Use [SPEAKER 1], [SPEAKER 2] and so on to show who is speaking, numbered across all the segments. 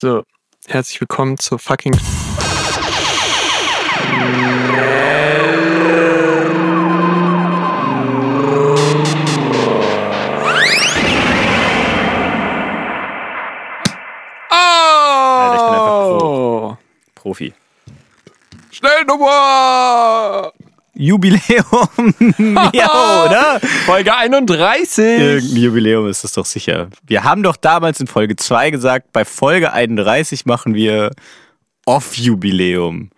[SPEAKER 1] So, herzlich willkommen zur fucking.
[SPEAKER 2] ich bin einfach
[SPEAKER 1] Oh!
[SPEAKER 2] Profi.
[SPEAKER 1] Schnell Nummer!
[SPEAKER 2] Jubiläum. ja, oder?
[SPEAKER 1] Folge 31!
[SPEAKER 2] Irgendein Jubiläum ist es doch sicher. Wir haben doch damals in Folge 2 gesagt, bei Folge 31 machen wir Off-Jubiläum.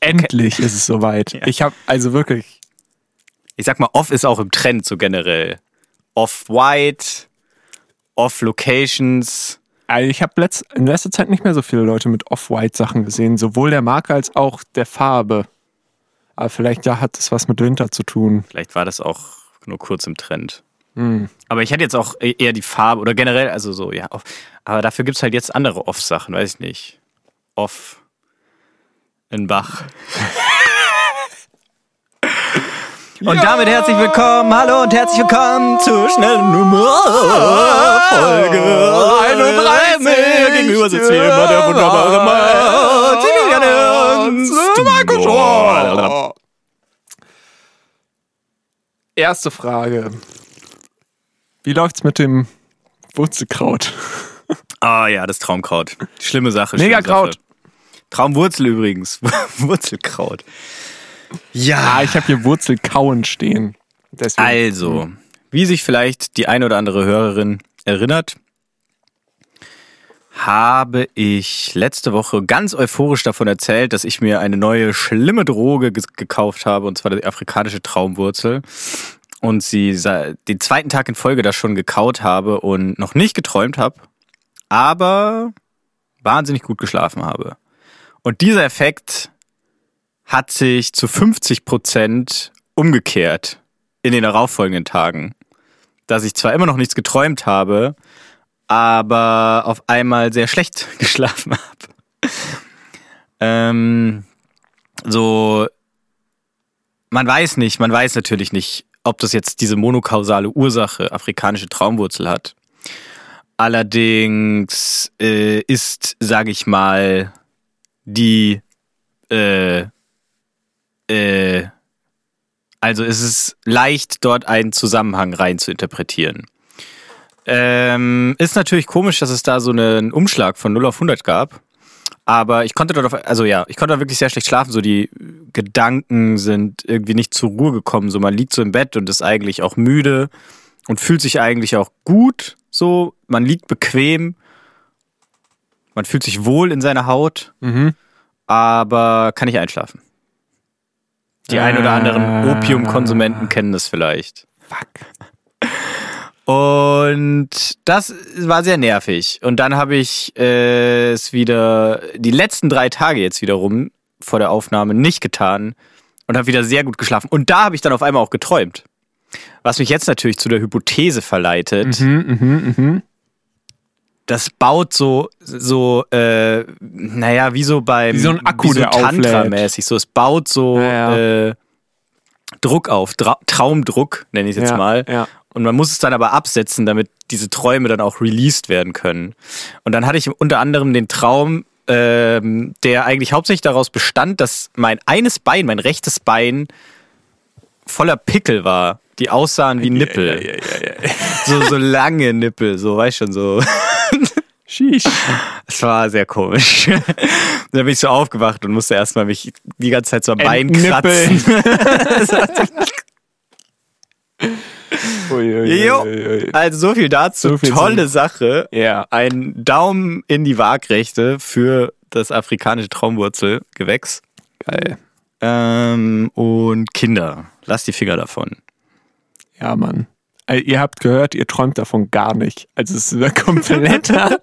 [SPEAKER 1] Endlich ist es soweit. Ich habe also wirklich.
[SPEAKER 2] Ich sag mal, Off ist auch im Trend so generell. Off-White, Off-Locations.
[SPEAKER 1] Also ich habe letzt, in letzter Zeit nicht mehr so viele Leute mit Off-White-Sachen gesehen, sowohl der Marke als auch der Farbe. Aber vielleicht ja, hat es was mit Winter zu tun.
[SPEAKER 2] Vielleicht war das auch nur kurz im Trend. Aber ich hätte jetzt auch e-, eher die Farbe oder generell, also so, ja. Off. Aber dafür gibt es halt jetzt andere Off-Sachen, weiß ich nicht. Off in Bach. und damit herzlich willkommen, hallo und herzlich willkommen zur schnellen Nummer Folge
[SPEAKER 1] 31.
[SPEAKER 2] Mir gegenüber sitzt wie immer der wunderbare Martin Jans. Boah.
[SPEAKER 1] Erste Frage. Wie läuft's mit dem Wurzelkraut?
[SPEAKER 2] Ah ja, das Traumkraut. Schlimme Sache. schlimme
[SPEAKER 1] Megakraut.
[SPEAKER 2] Sache. Traumwurzel übrigens. Wurzelkraut.
[SPEAKER 1] Ah,
[SPEAKER 2] Ja.
[SPEAKER 1] ich habe hier Wurzelkauen stehen. Deswegen.
[SPEAKER 2] Also, wie sich vielleicht die ein oder andere Hörerin erinnert, habe ich letzte Woche ganz euphorisch davon erzählt, dass ich mir eine neue schlimme Droge ge- gekauft habe, und zwar die afrikanische Traumwurzel. Und sie sa- den zweiten Tag in Folge das schon gekaut habe und noch nicht geträumt habe, aber wahnsinnig gut geschlafen habe. Und dieser Effekt hat sich zu 50 Prozent umgekehrt in den darauffolgenden Tagen. Dass ich zwar immer noch nichts geträumt habe, aber auf einmal sehr schlecht geschlafen habe. Ähm, so, man weiß nicht, man weiß natürlich nicht, ob das jetzt diese monokausale Ursache afrikanische Traumwurzel hat. Allerdings äh, ist, sage ich mal, die äh, äh, also es ist leicht, dort einen Zusammenhang rein zu interpretieren. Ähm, ist natürlich komisch, dass es da so einen Umschlag von 0 auf 100 gab. Aber ich konnte dort auf, also ja, ich konnte da wirklich sehr schlecht schlafen. So die Gedanken sind irgendwie nicht zur Ruhe gekommen. So man liegt so im Bett und ist eigentlich auch müde und fühlt sich eigentlich auch gut. So man liegt bequem. Man fühlt sich wohl in seiner Haut,
[SPEAKER 1] Mhm.
[SPEAKER 2] aber kann nicht einschlafen. Die ein oder anderen
[SPEAKER 1] Ah.
[SPEAKER 2] Opiumkonsumenten kennen das vielleicht.
[SPEAKER 1] Fuck.
[SPEAKER 2] Und das war sehr nervig. Und dann habe ich äh, es wieder die letzten drei Tage jetzt wiederum vor der Aufnahme nicht getan und habe wieder sehr gut geschlafen. Und da habe ich dann auf einmal auch geträumt. Was mich jetzt natürlich zu der Hypothese verleitet,
[SPEAKER 1] Mhm, mhm, mhm.
[SPEAKER 2] das baut so, so, äh, naja, wie so beim
[SPEAKER 1] Wie so ein Akku,
[SPEAKER 2] wie so
[SPEAKER 1] der
[SPEAKER 2] Tantra-mäßig. So, es baut so
[SPEAKER 1] Ja,
[SPEAKER 2] Äh, Druck auf, Dra Traumdruck, nenne ich es jetzt
[SPEAKER 1] Ja,
[SPEAKER 2] mal.
[SPEAKER 1] ja.
[SPEAKER 2] Und man muss es dann aber absetzen, damit diese Träume dann auch released werden können. Und dann hatte ich unter anderem den Traum, ähm, der eigentlich hauptsächlich daraus bestand, dass mein eines Bein, mein rechtes Bein, voller Pickel war. Die aussahen wie Nippel. So, so lange Nippel, so, weißt schon, so.
[SPEAKER 1] Sheesh.
[SPEAKER 2] Es war sehr komisch. Dann bin ich so aufgewacht und musste erstmal mich die ganze Zeit so am Bein
[SPEAKER 1] Entnippeln.
[SPEAKER 2] kratzen.
[SPEAKER 1] Ui, ui,
[SPEAKER 2] Jo.
[SPEAKER 1] ui, ui.
[SPEAKER 2] Also so viel dazu.
[SPEAKER 1] So viel
[SPEAKER 2] Tolle Sache.
[SPEAKER 1] Ja.
[SPEAKER 2] Ein Daumen in die Waagrechte für das afrikanische Traumwurzelgewächs.
[SPEAKER 1] Geil.
[SPEAKER 2] Ähm, und Kinder, lasst die Finger davon.
[SPEAKER 1] Ja, Mann. Äh, Ihr habt gehört, ihr träumt davon gar nicht. Also es ist ein kompletter.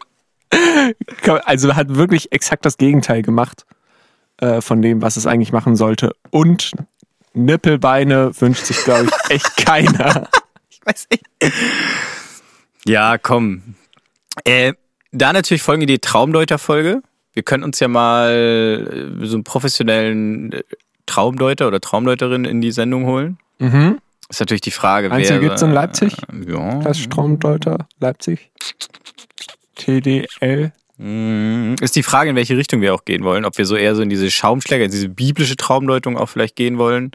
[SPEAKER 1] also hat wirklich exakt das Gegenteil gemacht äh, von dem, was es eigentlich machen sollte. Und Nippelbeine wünscht sich, glaube ich, echt keiner.
[SPEAKER 2] Weiß ich. Ja, komm. Äh, da natürlich folgende Idee, Traumdeuter-Folge. Wir können uns ja mal äh, so einen professionellen äh, Traumdeuter oder Traumdeuterin in die Sendung holen.
[SPEAKER 1] Mhm.
[SPEAKER 2] Ist natürlich die Frage,
[SPEAKER 1] Meinst du,
[SPEAKER 2] wer... äh,
[SPEAKER 1] gibt's in Leipzig?
[SPEAKER 2] Ja.
[SPEAKER 1] Das Stromdeuter Leipzig. TDL.
[SPEAKER 2] Mm, Ist die Frage, in welche Richtung wir auch gehen wollen. Ob wir so eher so in diese Schaumschläger, in diese biblische Traumdeutung auch vielleicht gehen wollen.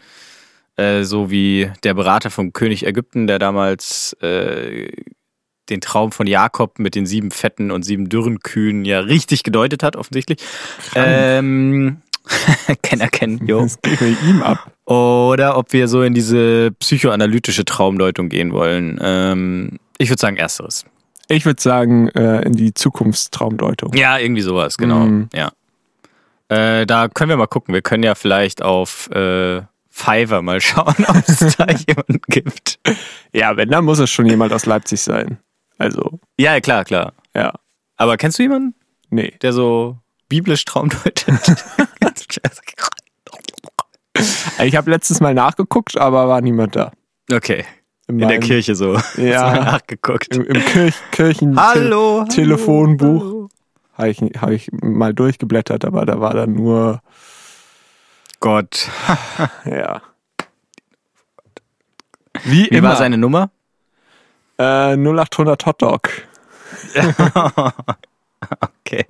[SPEAKER 2] Äh, so wie der Berater vom König Ägypten, der damals äh, den Traum von Jakob mit den sieben fetten und sieben dürren Kühen ja richtig gedeutet hat, offensichtlich. Ähm, Kenner kennen, jo.
[SPEAKER 1] Das geht mit ihm ab.
[SPEAKER 2] Oder ob wir so in diese psychoanalytische Traumdeutung gehen wollen. Ähm, ich würde sagen, ersteres.
[SPEAKER 1] Ich würde sagen, äh, in die Zukunftstraumdeutung.
[SPEAKER 2] Ja, irgendwie sowas, genau.
[SPEAKER 1] Mhm.
[SPEAKER 2] Ja. Äh, da können wir mal gucken. Wir können ja vielleicht auf äh, Fiverr mal schauen, ob es da jemanden gibt.
[SPEAKER 1] Ja, wenn, dann muss es schon jemand aus Leipzig sein. Also,
[SPEAKER 2] Ja, klar, klar.
[SPEAKER 1] ja,
[SPEAKER 2] Aber kennst du jemanden,
[SPEAKER 1] nee.
[SPEAKER 2] der so biblisch traumdeutet?
[SPEAKER 1] Ich habe letztes Mal nachgeguckt, aber war niemand da.
[SPEAKER 2] okay.
[SPEAKER 1] In,
[SPEAKER 2] In der
[SPEAKER 1] meinem-
[SPEAKER 2] Kirche so.
[SPEAKER 1] Ja.
[SPEAKER 2] Hast du mal nachgeguckt.
[SPEAKER 1] Im, im Kirch, Kirchen
[SPEAKER 2] Hallo.
[SPEAKER 1] Telefonbuch.
[SPEAKER 2] hallo.
[SPEAKER 1] habe ich, hab ich mal durchgeblättert, aber da war dann nur,
[SPEAKER 2] Gott.
[SPEAKER 1] ja. Wie
[SPEAKER 2] Wie
[SPEAKER 1] immer.
[SPEAKER 2] war seine Nummer?
[SPEAKER 1] äh, 0800 Hotdog.
[SPEAKER 2] Okay.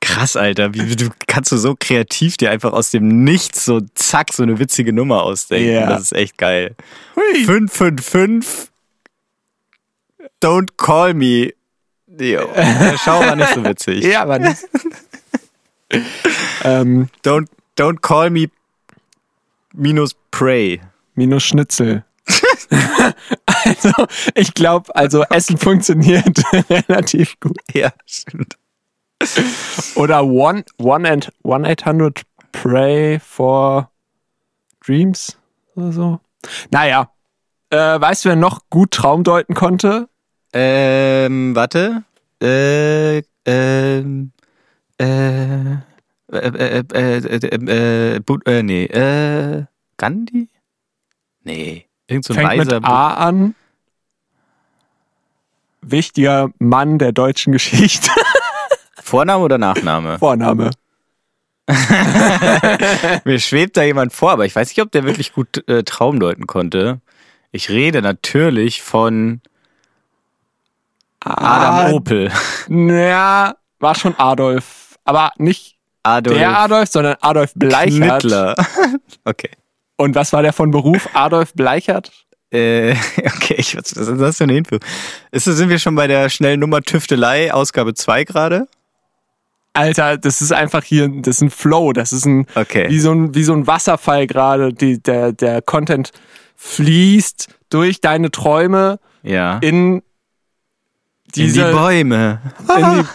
[SPEAKER 2] Krass, Alter. Wie, du kannst du so kreativ dir einfach aus dem Nichts so zack so eine witzige Nummer ausdenken.
[SPEAKER 1] Ja.
[SPEAKER 2] Das ist echt geil.
[SPEAKER 1] Hui.
[SPEAKER 2] 555 Don't call me. Jo. Der Schau war nicht so witzig.
[SPEAKER 1] Ja, war das? ähm,
[SPEAKER 2] Don't, don't call me minus pray.
[SPEAKER 1] minus Schnitzel. also, ich glaube, also Essen funktioniert relativ gut.
[SPEAKER 2] Ja, stimmt.
[SPEAKER 1] Oder one, one, and, one 800 Pray for Dreams oder so. Naja, äh, weißt du, wer noch gut Traum deuten konnte?
[SPEAKER 2] Ähm, warte. Äh, ähm, äh, äh, äh, äh, äh, äh, Bud- äh, nee, äh, Gandhi? Nee, irgend so ein
[SPEAKER 1] Fängt
[SPEAKER 2] weiser
[SPEAKER 1] mit A an. Wichtiger Mann der deutschen Geschichte.
[SPEAKER 2] Bu- Vorname oder Nachname?
[SPEAKER 1] Vorname.
[SPEAKER 2] Mir schwebt da jemand vor, aber ich weiß nicht, ob der wirklich gut äh, Traum deuten konnte. Ich rede natürlich von
[SPEAKER 1] Ah,
[SPEAKER 2] Adam Opel.
[SPEAKER 1] Naja, war schon Adolf. Aber nicht
[SPEAKER 2] Adolf
[SPEAKER 1] der Adolf, sondern Adolf Bleichert.
[SPEAKER 2] Hitler. okay.
[SPEAKER 1] Und was war der von Beruf? Adolf Bleichert?
[SPEAKER 2] Äh, okay, ich, was, was ist das für eine Info? Ist, das- sind wir schon bei der schnellen Nummer Tüftelei, Ausgabe 2 gerade?
[SPEAKER 1] Alter, das ist einfach hier, das ist ein Flow, das ist ein,
[SPEAKER 2] Okay.
[SPEAKER 1] wie, so ein wie so ein Wasserfall gerade, die- der, der Content fließt durch deine Träume
[SPEAKER 2] Ja.
[SPEAKER 1] in diese,
[SPEAKER 2] in die Bäume.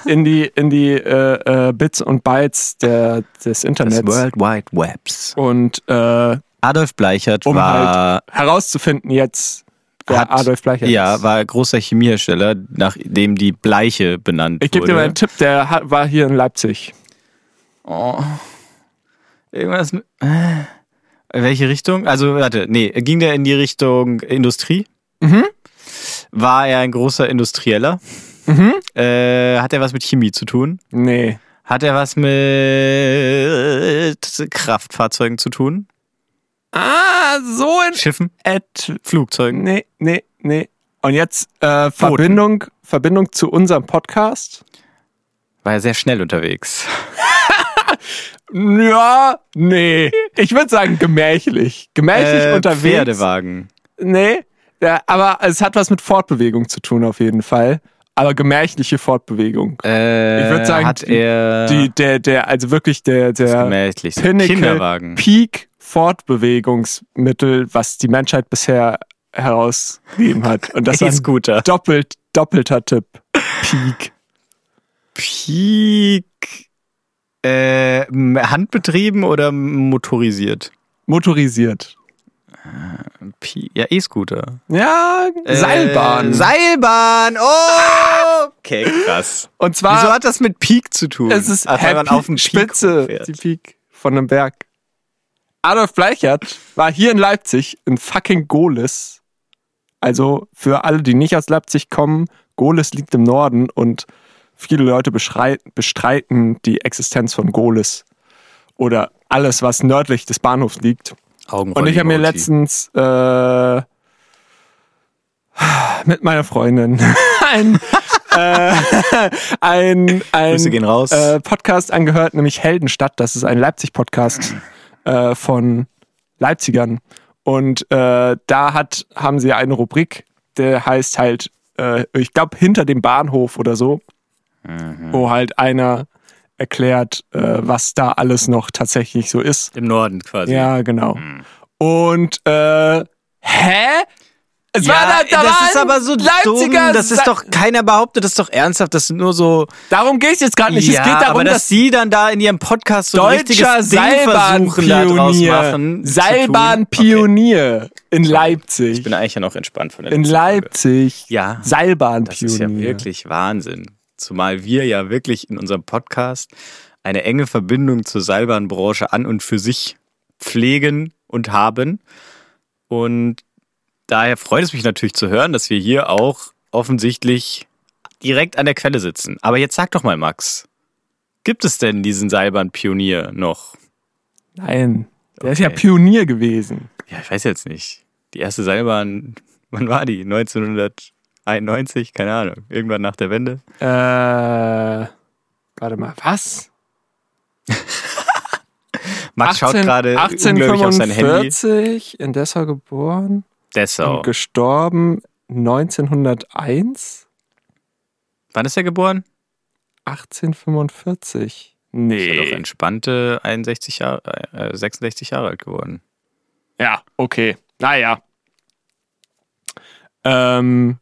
[SPEAKER 1] in die, in die, in die äh, äh, Bits und Bytes der, des
[SPEAKER 2] Das
[SPEAKER 1] Internets.
[SPEAKER 2] World Wide Webs.
[SPEAKER 1] Und äh,
[SPEAKER 2] Adolf Bleichert
[SPEAKER 1] Um
[SPEAKER 2] war,
[SPEAKER 1] herauszufinden jetzt, wer
[SPEAKER 2] Hat-
[SPEAKER 1] Adolf Bleichert
[SPEAKER 2] ja,
[SPEAKER 1] ist.
[SPEAKER 2] war großer Chemiehersteller, nach dem die Bleiche benannt
[SPEAKER 1] Ich gebe dir
[SPEAKER 2] wurde.
[SPEAKER 1] mal einen Tipp, der hat, war hier in Leipzig.
[SPEAKER 2] Oh. Irgendwas. mit- Äh. Welche Richtung? Also, warte, nee, ging der in die Richtung Industrie? Mhm. War er ein großer Industrieller? Mhm. Äh, hat er was mit Chemie zu tun?
[SPEAKER 1] Nee.
[SPEAKER 2] Hat er was mit Kraftfahrzeugen zu tun?
[SPEAKER 1] Ah, so in
[SPEAKER 2] Schiffen?
[SPEAKER 1] et
[SPEAKER 2] Flugzeugen?
[SPEAKER 1] Nee, nee, nee. Und jetzt äh, Verbindung, Verbindung zu unserem Podcast.
[SPEAKER 2] War er sehr schnell unterwegs.
[SPEAKER 1] Ja, nee. Ich würde sagen gemächlich. Gemächlich
[SPEAKER 2] Äh,
[SPEAKER 1] unterwegs.
[SPEAKER 2] Pferdewagen.
[SPEAKER 1] Nee, ja, aber es hat was mit Fortbewegung zu tun auf jeden Fall. Aber gemächliche Fortbewegung.
[SPEAKER 2] Äh,
[SPEAKER 1] Ich würd sagen,
[SPEAKER 2] hat
[SPEAKER 1] die-
[SPEAKER 2] er
[SPEAKER 1] Die, der, der, also wirklich der, der
[SPEAKER 2] gemächlich.
[SPEAKER 1] Pinnacle
[SPEAKER 2] Kinderwagen.
[SPEAKER 1] Peak Fortbewegungsmittel, was die Menschheit bisher herausgegeben hat. Und das war ein
[SPEAKER 2] E-Scooter.
[SPEAKER 1] doppelt, doppelter Tipp. Peak.
[SPEAKER 2] Peak äh, m- handbetrieben oder motorisiert?
[SPEAKER 1] Motorisiert.
[SPEAKER 2] Peak, ja, E-Scooter.
[SPEAKER 1] Ja,
[SPEAKER 2] Äh,
[SPEAKER 1] Seilbahn.
[SPEAKER 2] Seilbahn! Oh! Okay, krass.
[SPEAKER 1] Und
[SPEAKER 2] Wieso
[SPEAKER 1] zwar,
[SPEAKER 2] hat das mit Peak zu tun?
[SPEAKER 1] es ist
[SPEAKER 2] Ach, weil man
[SPEAKER 1] Happy-
[SPEAKER 2] auf dem
[SPEAKER 1] Spitze, die Peak von einem Berg. Adolf Bleichert war hier in Leipzig in fucking Golis. Also für alle, die nicht aus Leipzig kommen, Golis liegt im Norden und viele Leute beschrei- bestreiten die Existenz von Golis oder alles, was nördlich des Bahnhofs liegt. Und ich habe mir letztens äh, mit meiner Freundin ein, ein, ein
[SPEAKER 2] Grüße gehen raus.
[SPEAKER 1] Äh, Podcast angehört, nämlich Heldenstadt. Das ist ein Leipzig-Podcast äh, von Leipzigern. Und äh, da hat, haben sie eine Rubrik, der heißt halt, äh, ich glaube, hinter dem Bahnhof oder so,
[SPEAKER 2] Mhm.
[SPEAKER 1] wo halt einer erklärt, äh, was da alles noch tatsächlich so ist.
[SPEAKER 2] Im Norden quasi.
[SPEAKER 1] Ja, genau.
[SPEAKER 2] Mhm.
[SPEAKER 1] Und äh, hä? Es
[SPEAKER 2] Ja,
[SPEAKER 1] war da, da
[SPEAKER 2] das
[SPEAKER 1] war
[SPEAKER 2] ist
[SPEAKER 1] ein
[SPEAKER 2] aber so
[SPEAKER 1] Leipziger.
[SPEAKER 2] dumm. Das ist doch, keiner behauptet das doch ernsthaft. Das sind nur so.
[SPEAKER 1] Darum geht es jetzt gerade nicht. es geht
[SPEAKER 2] aber
[SPEAKER 1] darum,
[SPEAKER 2] dass,
[SPEAKER 1] dass
[SPEAKER 2] die dann da in ihrem Podcast so ein
[SPEAKER 1] deutscher
[SPEAKER 2] richtiges Ding versuchen, da draus
[SPEAKER 1] Seilbahnpionier.
[SPEAKER 2] machen. zu tun.
[SPEAKER 1] Seilbahnpionier in Leipzig.
[SPEAKER 2] Ich bin eigentlich ja noch entspannt von der
[SPEAKER 1] in
[SPEAKER 2] letzten Folge.
[SPEAKER 1] Leipzig.
[SPEAKER 2] Ja. Das
[SPEAKER 1] Seilbahnpionier.
[SPEAKER 2] ist ja wirklich Wahnsinn. Zumal wir ja wirklich in unserem Podcast eine enge Verbindung zur Seilbahnbranche an und für sich pflegen und haben. Und daher freut es mich natürlich zu hören, dass wir hier auch offensichtlich direkt an der Quelle sitzen. Aber jetzt sag doch mal, Max, gibt es denn diesen Seilbahnpionier noch?
[SPEAKER 1] Nein. Der ist ja
[SPEAKER 2] Okay.
[SPEAKER 1] Pionier gewesen.
[SPEAKER 2] Ja, ich weiß jetzt nicht. Die erste Seilbahn, wann war die? 1991? Keine Ahnung. Irgendwann nach der Wende?
[SPEAKER 1] Äh, warte mal, was?
[SPEAKER 2] Max schaut gerade unglaublich auf sein Handy.
[SPEAKER 1] 1845, in Dessau geboren
[SPEAKER 2] Dessau.
[SPEAKER 1] und gestorben 1901,
[SPEAKER 2] Wann ist er geboren?
[SPEAKER 1] 1845.
[SPEAKER 2] Ist er doch
[SPEAKER 1] Nee.
[SPEAKER 2] entspannte 61 Jahre, äh, 66 Jahre alt geworden.
[SPEAKER 1] Ja, okay. Naja. Ähm,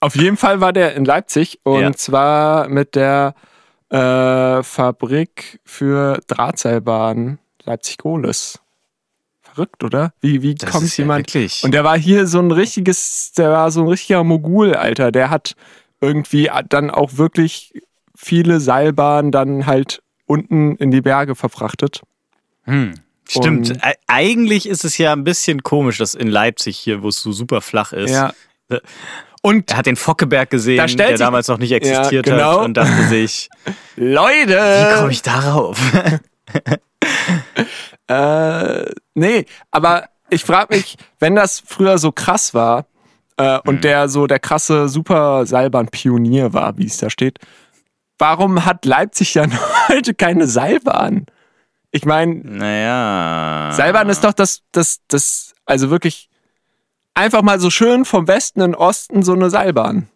[SPEAKER 1] auf jeden Fall war der in Leipzig und
[SPEAKER 2] Ja.
[SPEAKER 1] zwar mit der äh, Fabrik für Drahtseilbahnen Leipzig-Gohlis. Verrückt, oder? Wie, wie
[SPEAKER 2] Das
[SPEAKER 1] kommt
[SPEAKER 2] ist
[SPEAKER 1] jemand
[SPEAKER 2] ja wirklich.
[SPEAKER 1] Und der war hier so ein richtiges, der war so ein richtiger Mogul, Alter. Der hat irgendwie dann auch wirklich viele Seilbahnen dann halt unten in die Berge verfrachtet.
[SPEAKER 2] hm, stimmt.
[SPEAKER 1] Und-
[SPEAKER 2] Ä- Eigentlich ist es ja ein bisschen komisch, dass in Leipzig hier, wo es so super flach ist,
[SPEAKER 1] Und
[SPEAKER 2] er hat den Fockeberg gesehen,
[SPEAKER 1] Da stellt
[SPEAKER 2] der
[SPEAKER 1] sich-
[SPEAKER 2] damals noch nicht existiert
[SPEAKER 1] genau.
[SPEAKER 2] hat und dachte sich, wie komme
[SPEAKER 1] Leute!
[SPEAKER 2] ich darauf?
[SPEAKER 1] Äh, nee, aber ich frage mich, wenn das früher so krass war äh, und
[SPEAKER 2] Mhm.
[SPEAKER 1] der so der krasse super Seilbahn-Pionier war, wie es da steht, warum hat Leipzig ja heute keine Seilbahn? Ich meine,
[SPEAKER 2] naja.
[SPEAKER 1] Seilbahn ist doch das, das, das, also wirklich einfach mal so schön vom Westen in den Osten so eine Seilbahn,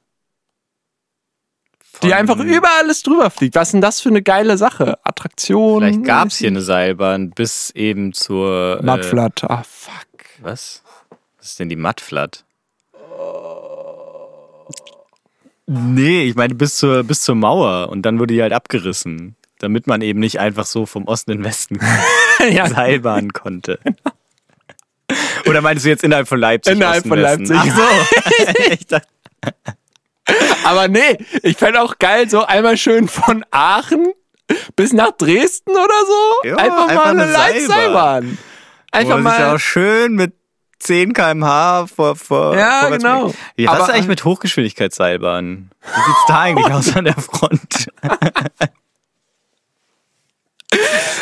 [SPEAKER 1] die
[SPEAKER 2] Von-
[SPEAKER 1] einfach über alles drüber fliegt. Was ist denn das für eine geile Sache? Attraktion.
[SPEAKER 2] Vielleicht gab es hier eine Seilbahn bis eben zur. Äh,
[SPEAKER 1] Mudflat. Ah, fuck.
[SPEAKER 2] was? Was ist denn die Mattflat? Nee, ich meine bis zur, bis zur Mauer und dann wurde die halt abgerissen, damit man eben nicht einfach so vom Osten in den Westen
[SPEAKER 1] ja,
[SPEAKER 2] Seilbahnen konnte. Oder meinst du jetzt innerhalb von Leipzig?
[SPEAKER 1] Innerhalb
[SPEAKER 2] Osten,
[SPEAKER 1] von
[SPEAKER 2] Westen?
[SPEAKER 1] Leipzig.
[SPEAKER 2] Ach so. ich dachte,
[SPEAKER 1] aber nee, ich fände auch geil, so einmal schön von Aachen bis nach Dresden oder so.
[SPEAKER 2] Ja,
[SPEAKER 1] einfach mal
[SPEAKER 2] einfach
[SPEAKER 1] eine
[SPEAKER 2] eine
[SPEAKER 1] Leit- Seilbahn. Einfach
[SPEAKER 2] wo man sich
[SPEAKER 1] mal.
[SPEAKER 2] auch schön mit 10 km/h vor, vor.
[SPEAKER 1] Ja,
[SPEAKER 2] vorwärts
[SPEAKER 1] genau.
[SPEAKER 2] bewegt. Wie was
[SPEAKER 1] Aber-
[SPEAKER 2] ist eigentlich mit Hochgeschwindigkeitsseilbahnen? Wie sieht's da eigentlich aus an der Front?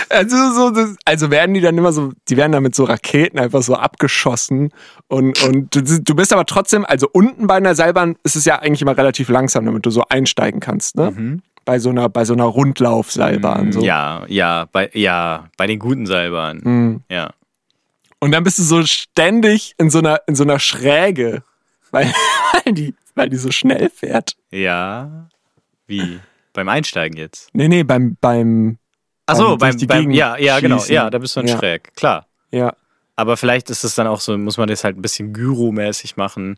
[SPEAKER 1] Also, so, das, also werden die dann immer so, die werden dann mit so Raketen einfach so abgeschossen und, und du, du bist aber trotzdem, also unten bei einer Seilbahn ist es ja eigentlich immer relativ langsam, damit du so einsteigen kannst, ne? Bei so einer, bei so einer Rundlaufseilbahn. So.
[SPEAKER 2] Mhm.
[SPEAKER 1] Hm.
[SPEAKER 2] Ja, ja, bei, ja, bei den guten Seilbahnen. Ja.
[SPEAKER 1] Mhm. Und dann bist du so ständig in so einer, in so einer Schräge, weil, weil die, weil die so schnell fährt.
[SPEAKER 2] Ja. Wie? Beim Einsteigen jetzt.
[SPEAKER 1] Nee, nee, beim, beim,
[SPEAKER 2] Achso,
[SPEAKER 1] Beim
[SPEAKER 2] beim,
[SPEAKER 1] durch die
[SPEAKER 2] beim
[SPEAKER 1] Gegend
[SPEAKER 2] ja, ja, genau.
[SPEAKER 1] schießen.
[SPEAKER 2] Ja, da bist du ein
[SPEAKER 1] Ja.
[SPEAKER 2] Schräg. Klar.
[SPEAKER 1] ja.
[SPEAKER 2] Aber vielleicht ist es dann auch so, muss man das halt ein bisschen gyromäßig machen,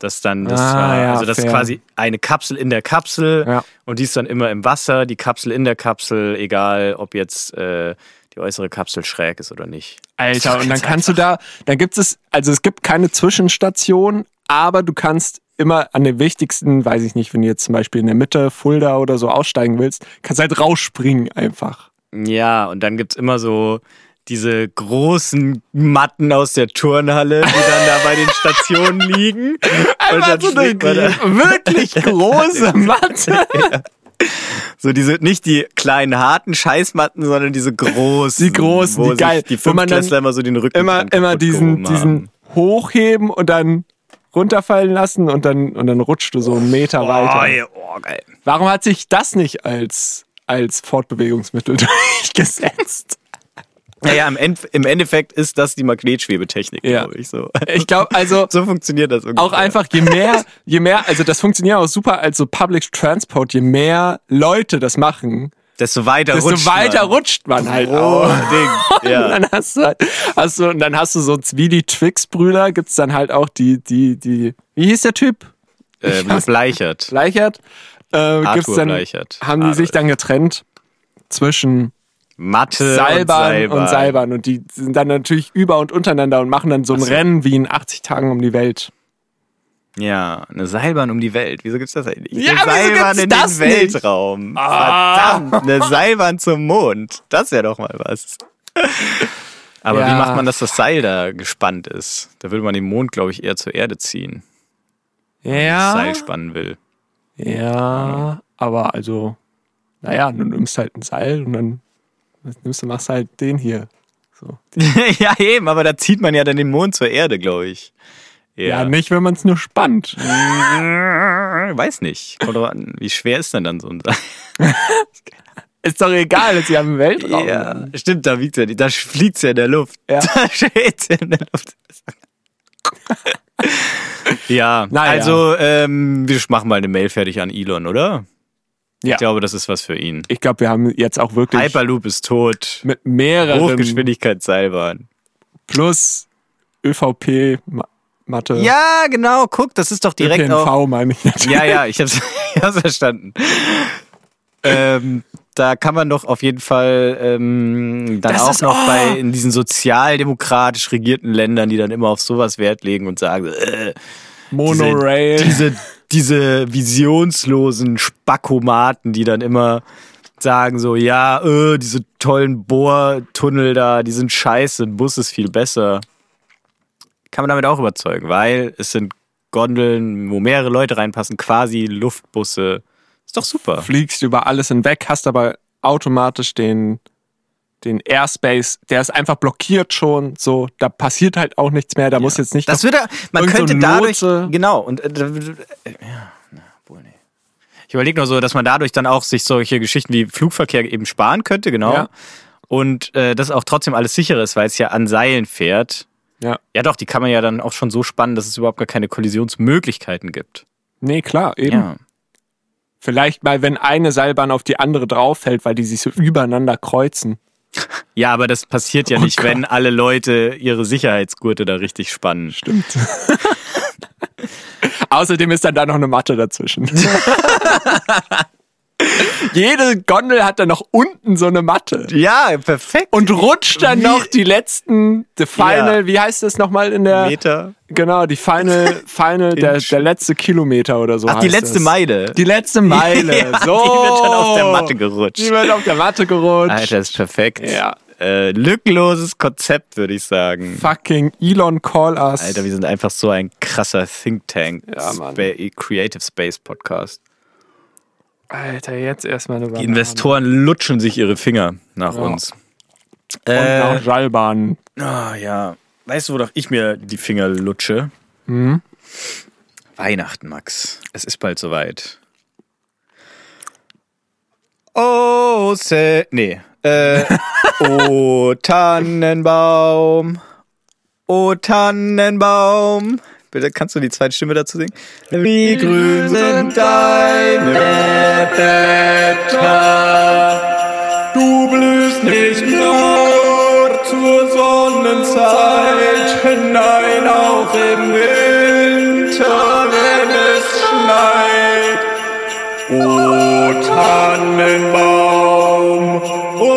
[SPEAKER 2] dass dann das,
[SPEAKER 1] Ah,
[SPEAKER 2] äh,
[SPEAKER 1] ja,
[SPEAKER 2] also das ist
[SPEAKER 1] fair.
[SPEAKER 2] quasi eine Kapsel in der Kapsel
[SPEAKER 1] Ja.
[SPEAKER 2] und die ist dann immer im Wasser, die Kapsel in der Kapsel, egal ob jetzt äh, die äußere Kapsel schräg ist oder nicht.
[SPEAKER 1] Alter, und dann kannst du da, dann gibt es, also es gibt keine Zwischenstation, aber du kannst immer an den wichtigsten, weiß ich nicht, wenn du jetzt zum Beispiel in der Mitte Fulda oder so aussteigen willst, kannst halt rausspringen einfach.
[SPEAKER 2] Ja, und dann gibt es immer so diese großen Matten aus der Turnhalle, die dann da bei den Stationen liegen. Und dann fliegt man da-
[SPEAKER 1] wirklich große Matte.
[SPEAKER 2] So diese, nicht die kleinen harten Scheißmatten, sondern diese großen.
[SPEAKER 1] Die großen,
[SPEAKER 2] wo
[SPEAKER 1] die
[SPEAKER 2] sich
[SPEAKER 1] geil,
[SPEAKER 2] Die
[SPEAKER 1] wo man dann
[SPEAKER 2] Fünftklässler immer so den Rücken
[SPEAKER 1] Immer,
[SPEAKER 2] dran
[SPEAKER 1] immer
[SPEAKER 2] kaputt
[SPEAKER 1] diesen,
[SPEAKER 2] gehoben haben.
[SPEAKER 1] diesen Hochheben und dann runterfallen lassen und dann, und dann rutscht du so einen Meter
[SPEAKER 2] Oh,
[SPEAKER 1] weiter.
[SPEAKER 2] ey, oh, geil.
[SPEAKER 1] Warum hat sich das nicht als, als Fortbewegungsmittel durchgesetzt?
[SPEAKER 2] Naja, im, End im Endeffekt ist das die Magnetschwebetechnik,
[SPEAKER 1] Ja.
[SPEAKER 2] glaube ich. So.
[SPEAKER 1] Ich glaube, also
[SPEAKER 2] so funktioniert das ungefähr.
[SPEAKER 1] auch einfach, je mehr, je mehr, also das funktioniert auch super als so Public Transport, je mehr Leute das machen,
[SPEAKER 2] Desto weiter
[SPEAKER 1] desto
[SPEAKER 2] rutscht
[SPEAKER 1] weiter
[SPEAKER 2] man.
[SPEAKER 1] rutscht man halt
[SPEAKER 2] Oh,
[SPEAKER 1] auch.
[SPEAKER 2] Ding.
[SPEAKER 1] Und
[SPEAKER 2] Ja.
[SPEAKER 1] dann hast du, halt, hast du, und dann hast du so wie die Twix-Brüder, gibt's dann halt auch die, die, die, wie hieß der Typ?
[SPEAKER 2] Ähm, Bleichert.
[SPEAKER 1] Bleichert? Äh,
[SPEAKER 2] Arthur
[SPEAKER 1] gibt's dann,
[SPEAKER 2] Bleichert.
[SPEAKER 1] Haben die
[SPEAKER 2] Adolf.
[SPEAKER 1] sich dann getrennt zwischen
[SPEAKER 2] Mathe
[SPEAKER 1] Seilbahn
[SPEAKER 2] Äh, und Seilbahn.
[SPEAKER 1] und Seilbahn. Und die sind dann natürlich über und untereinander und machen dann so ein
[SPEAKER 2] Ach so.
[SPEAKER 1] Rennen wie in 80 Tagen um die Welt.
[SPEAKER 2] Ja, eine Seilbahn um die Welt. Wieso gibt's das eigentlich?
[SPEAKER 1] Ja,
[SPEAKER 2] eine
[SPEAKER 1] wieso
[SPEAKER 2] Seilbahn
[SPEAKER 1] gibt's
[SPEAKER 2] in
[SPEAKER 1] das
[SPEAKER 2] den
[SPEAKER 1] nicht?
[SPEAKER 2] Weltraum.
[SPEAKER 1] Ah.
[SPEAKER 2] Verdammt, eine Seilbahn zum Mond. Das wäre doch mal was. Aber wie
[SPEAKER 1] Ja.
[SPEAKER 2] macht man, dass das Seil da gespannt ist? Da würde man den Mond, glaube ich, eher zur Erde ziehen, wenn man das Seil spannen will.
[SPEAKER 1] Ja, aber also, naja, du nimmst halt ein Seil und dann nimmst du, machst halt den hier. So.
[SPEAKER 2] ja, eben, aber da zieht man ja dann den Mond zur Erde, glaube ich.
[SPEAKER 1] Ja, nicht, wenn man es nur spannt.
[SPEAKER 2] Weiß nicht. Kommt drauf an, wie schwer ist denn dann so ein Seil?
[SPEAKER 1] Ist doch egal, jetzt sie haben einen Weltraum.
[SPEAKER 2] Ja, stimmt, da wiegt ja nicht. Da fliegt's ja in der Luft.
[SPEAKER 1] Ja.
[SPEAKER 2] Da steht's ja in der Luft. ja,
[SPEAKER 1] Naja.
[SPEAKER 2] also ähm, wir machen mal eine Mail fertig an Elon, oder?
[SPEAKER 1] Ja.
[SPEAKER 2] Ich glaube, das ist was für ihn.
[SPEAKER 1] Ich glaube, wir haben jetzt auch wirklich
[SPEAKER 2] Hyperloop ist tot.
[SPEAKER 1] mit mehreren
[SPEAKER 2] Hochgeschwindigkeitsseilbahn.
[SPEAKER 1] plus ÖVP-Mathe.
[SPEAKER 2] Ja, genau, guck, das ist doch direkt
[SPEAKER 1] ÖPNV
[SPEAKER 2] auch.
[SPEAKER 1] meine ich natürlich.
[SPEAKER 2] Ja, ja, ich hab's, ich hab's verstanden. ähm, da kann man doch auf jeden Fall ähm, dann
[SPEAKER 1] Das
[SPEAKER 2] auch
[SPEAKER 1] ist-
[SPEAKER 2] noch
[SPEAKER 1] oh.
[SPEAKER 2] bei in diesen sozialdemokratisch regierten Ländern, die dann immer auf sowas Wert legen und sagen, äh,
[SPEAKER 1] Monorail.
[SPEAKER 2] diese, diese visionslosen Spackomaten, die dann immer sagen so, ja, äh, diese tollen Bohrtunnel da, die sind scheiße, ein Bus ist viel besser. Kann man damit auch überzeugen, weil es sind Gondeln, wo mehrere Leute reinpassen, quasi Luftbusse. Ist doch super.
[SPEAKER 1] fliegst über alles hinweg, hast aber automatisch den, den Airspace, der ist einfach blockiert schon, so, da passiert halt auch nichts mehr, da muss jetzt nicht
[SPEAKER 2] Das
[SPEAKER 1] noch,
[SPEAKER 2] würde, man
[SPEAKER 1] irgend so
[SPEAKER 2] könnte
[SPEAKER 1] ein
[SPEAKER 2] dadurch,
[SPEAKER 1] Lotse.
[SPEAKER 2] genau, und, äh, da würde- äh, ja, na, obwohl, nee. Ich überlege nur so, dass man dadurch dann auch sich solche Geschichten wie Flugverkehr eben sparen könnte, genau.
[SPEAKER 1] Ja.
[SPEAKER 2] Und äh, das auch trotzdem alles sicher ist, weil es ja an Seilen fährt.
[SPEAKER 1] ja.
[SPEAKER 2] Ja doch, die kann man ja dann auch schon so spannen, dass es überhaupt gar keine Kollisionsmöglichkeiten gibt.
[SPEAKER 1] Nee, klar, eben.
[SPEAKER 2] Ja.
[SPEAKER 1] Vielleicht mal, wenn eine Seilbahn auf die andere drauf fällt, weil die sich so übereinander kreuzen.
[SPEAKER 2] Ja, aber das passiert ja
[SPEAKER 1] Oh
[SPEAKER 2] nicht,
[SPEAKER 1] Gott.
[SPEAKER 2] wenn alle Leute ihre Sicherheitsgurte da richtig spannen.
[SPEAKER 1] Stimmt. Außerdem ist dann da noch eine Matte dazwischen. Jede Gondel hat dann noch unten so eine Matte.
[SPEAKER 2] Ja, perfekt.
[SPEAKER 1] Und rutscht dann
[SPEAKER 2] Wie-
[SPEAKER 1] noch die letzten, the final,
[SPEAKER 2] Ja.
[SPEAKER 1] wie heißt das nochmal in der,
[SPEAKER 2] Meter.
[SPEAKER 1] Genau, die Final, Final der,
[SPEAKER 2] Inch.
[SPEAKER 1] der letzte Kilometer oder so.
[SPEAKER 2] Ach, die
[SPEAKER 1] heißt
[SPEAKER 2] letzte
[SPEAKER 1] das.
[SPEAKER 2] Meile.
[SPEAKER 1] Die letzte Meile.
[SPEAKER 2] Ja,
[SPEAKER 1] so.
[SPEAKER 2] Die wird dann auf der Matte gerutscht.
[SPEAKER 1] Die wird auf der Matte gerutscht.
[SPEAKER 2] Alter, ist perfekt.
[SPEAKER 1] Ja.
[SPEAKER 2] Äh, lückloses Konzept, würde ich sagen.
[SPEAKER 1] Fucking Elon Call Us.
[SPEAKER 2] Alter, wir sind einfach so ein krasser Think Tank.
[SPEAKER 1] Ja, Mann.
[SPEAKER 2] Spa äh, Creative Space Podcast.
[SPEAKER 1] Alter jetzt erstmal eine
[SPEAKER 2] Die
[SPEAKER 1] Banane.
[SPEAKER 2] Investoren lutschen sich ihre Finger nach uns.
[SPEAKER 1] Und
[SPEAKER 2] Äh,
[SPEAKER 1] auch Seilbahnen.
[SPEAKER 2] ah, ja. Weißt du, wodurch ich mir die Finger lutsche? Weihnachten, Max. Es ist bald soweit. Oh, se, nee. Äh, oh, Tannenbaum. Oh, Tannenbaum. Bitte kannst du die zweite Stimme dazu singen? Wie grün sind deine Blätter. Du blühst nicht nur zur Sonnenzeit, nein, auch im Winter, wenn es schneit. O Tannenbaum, o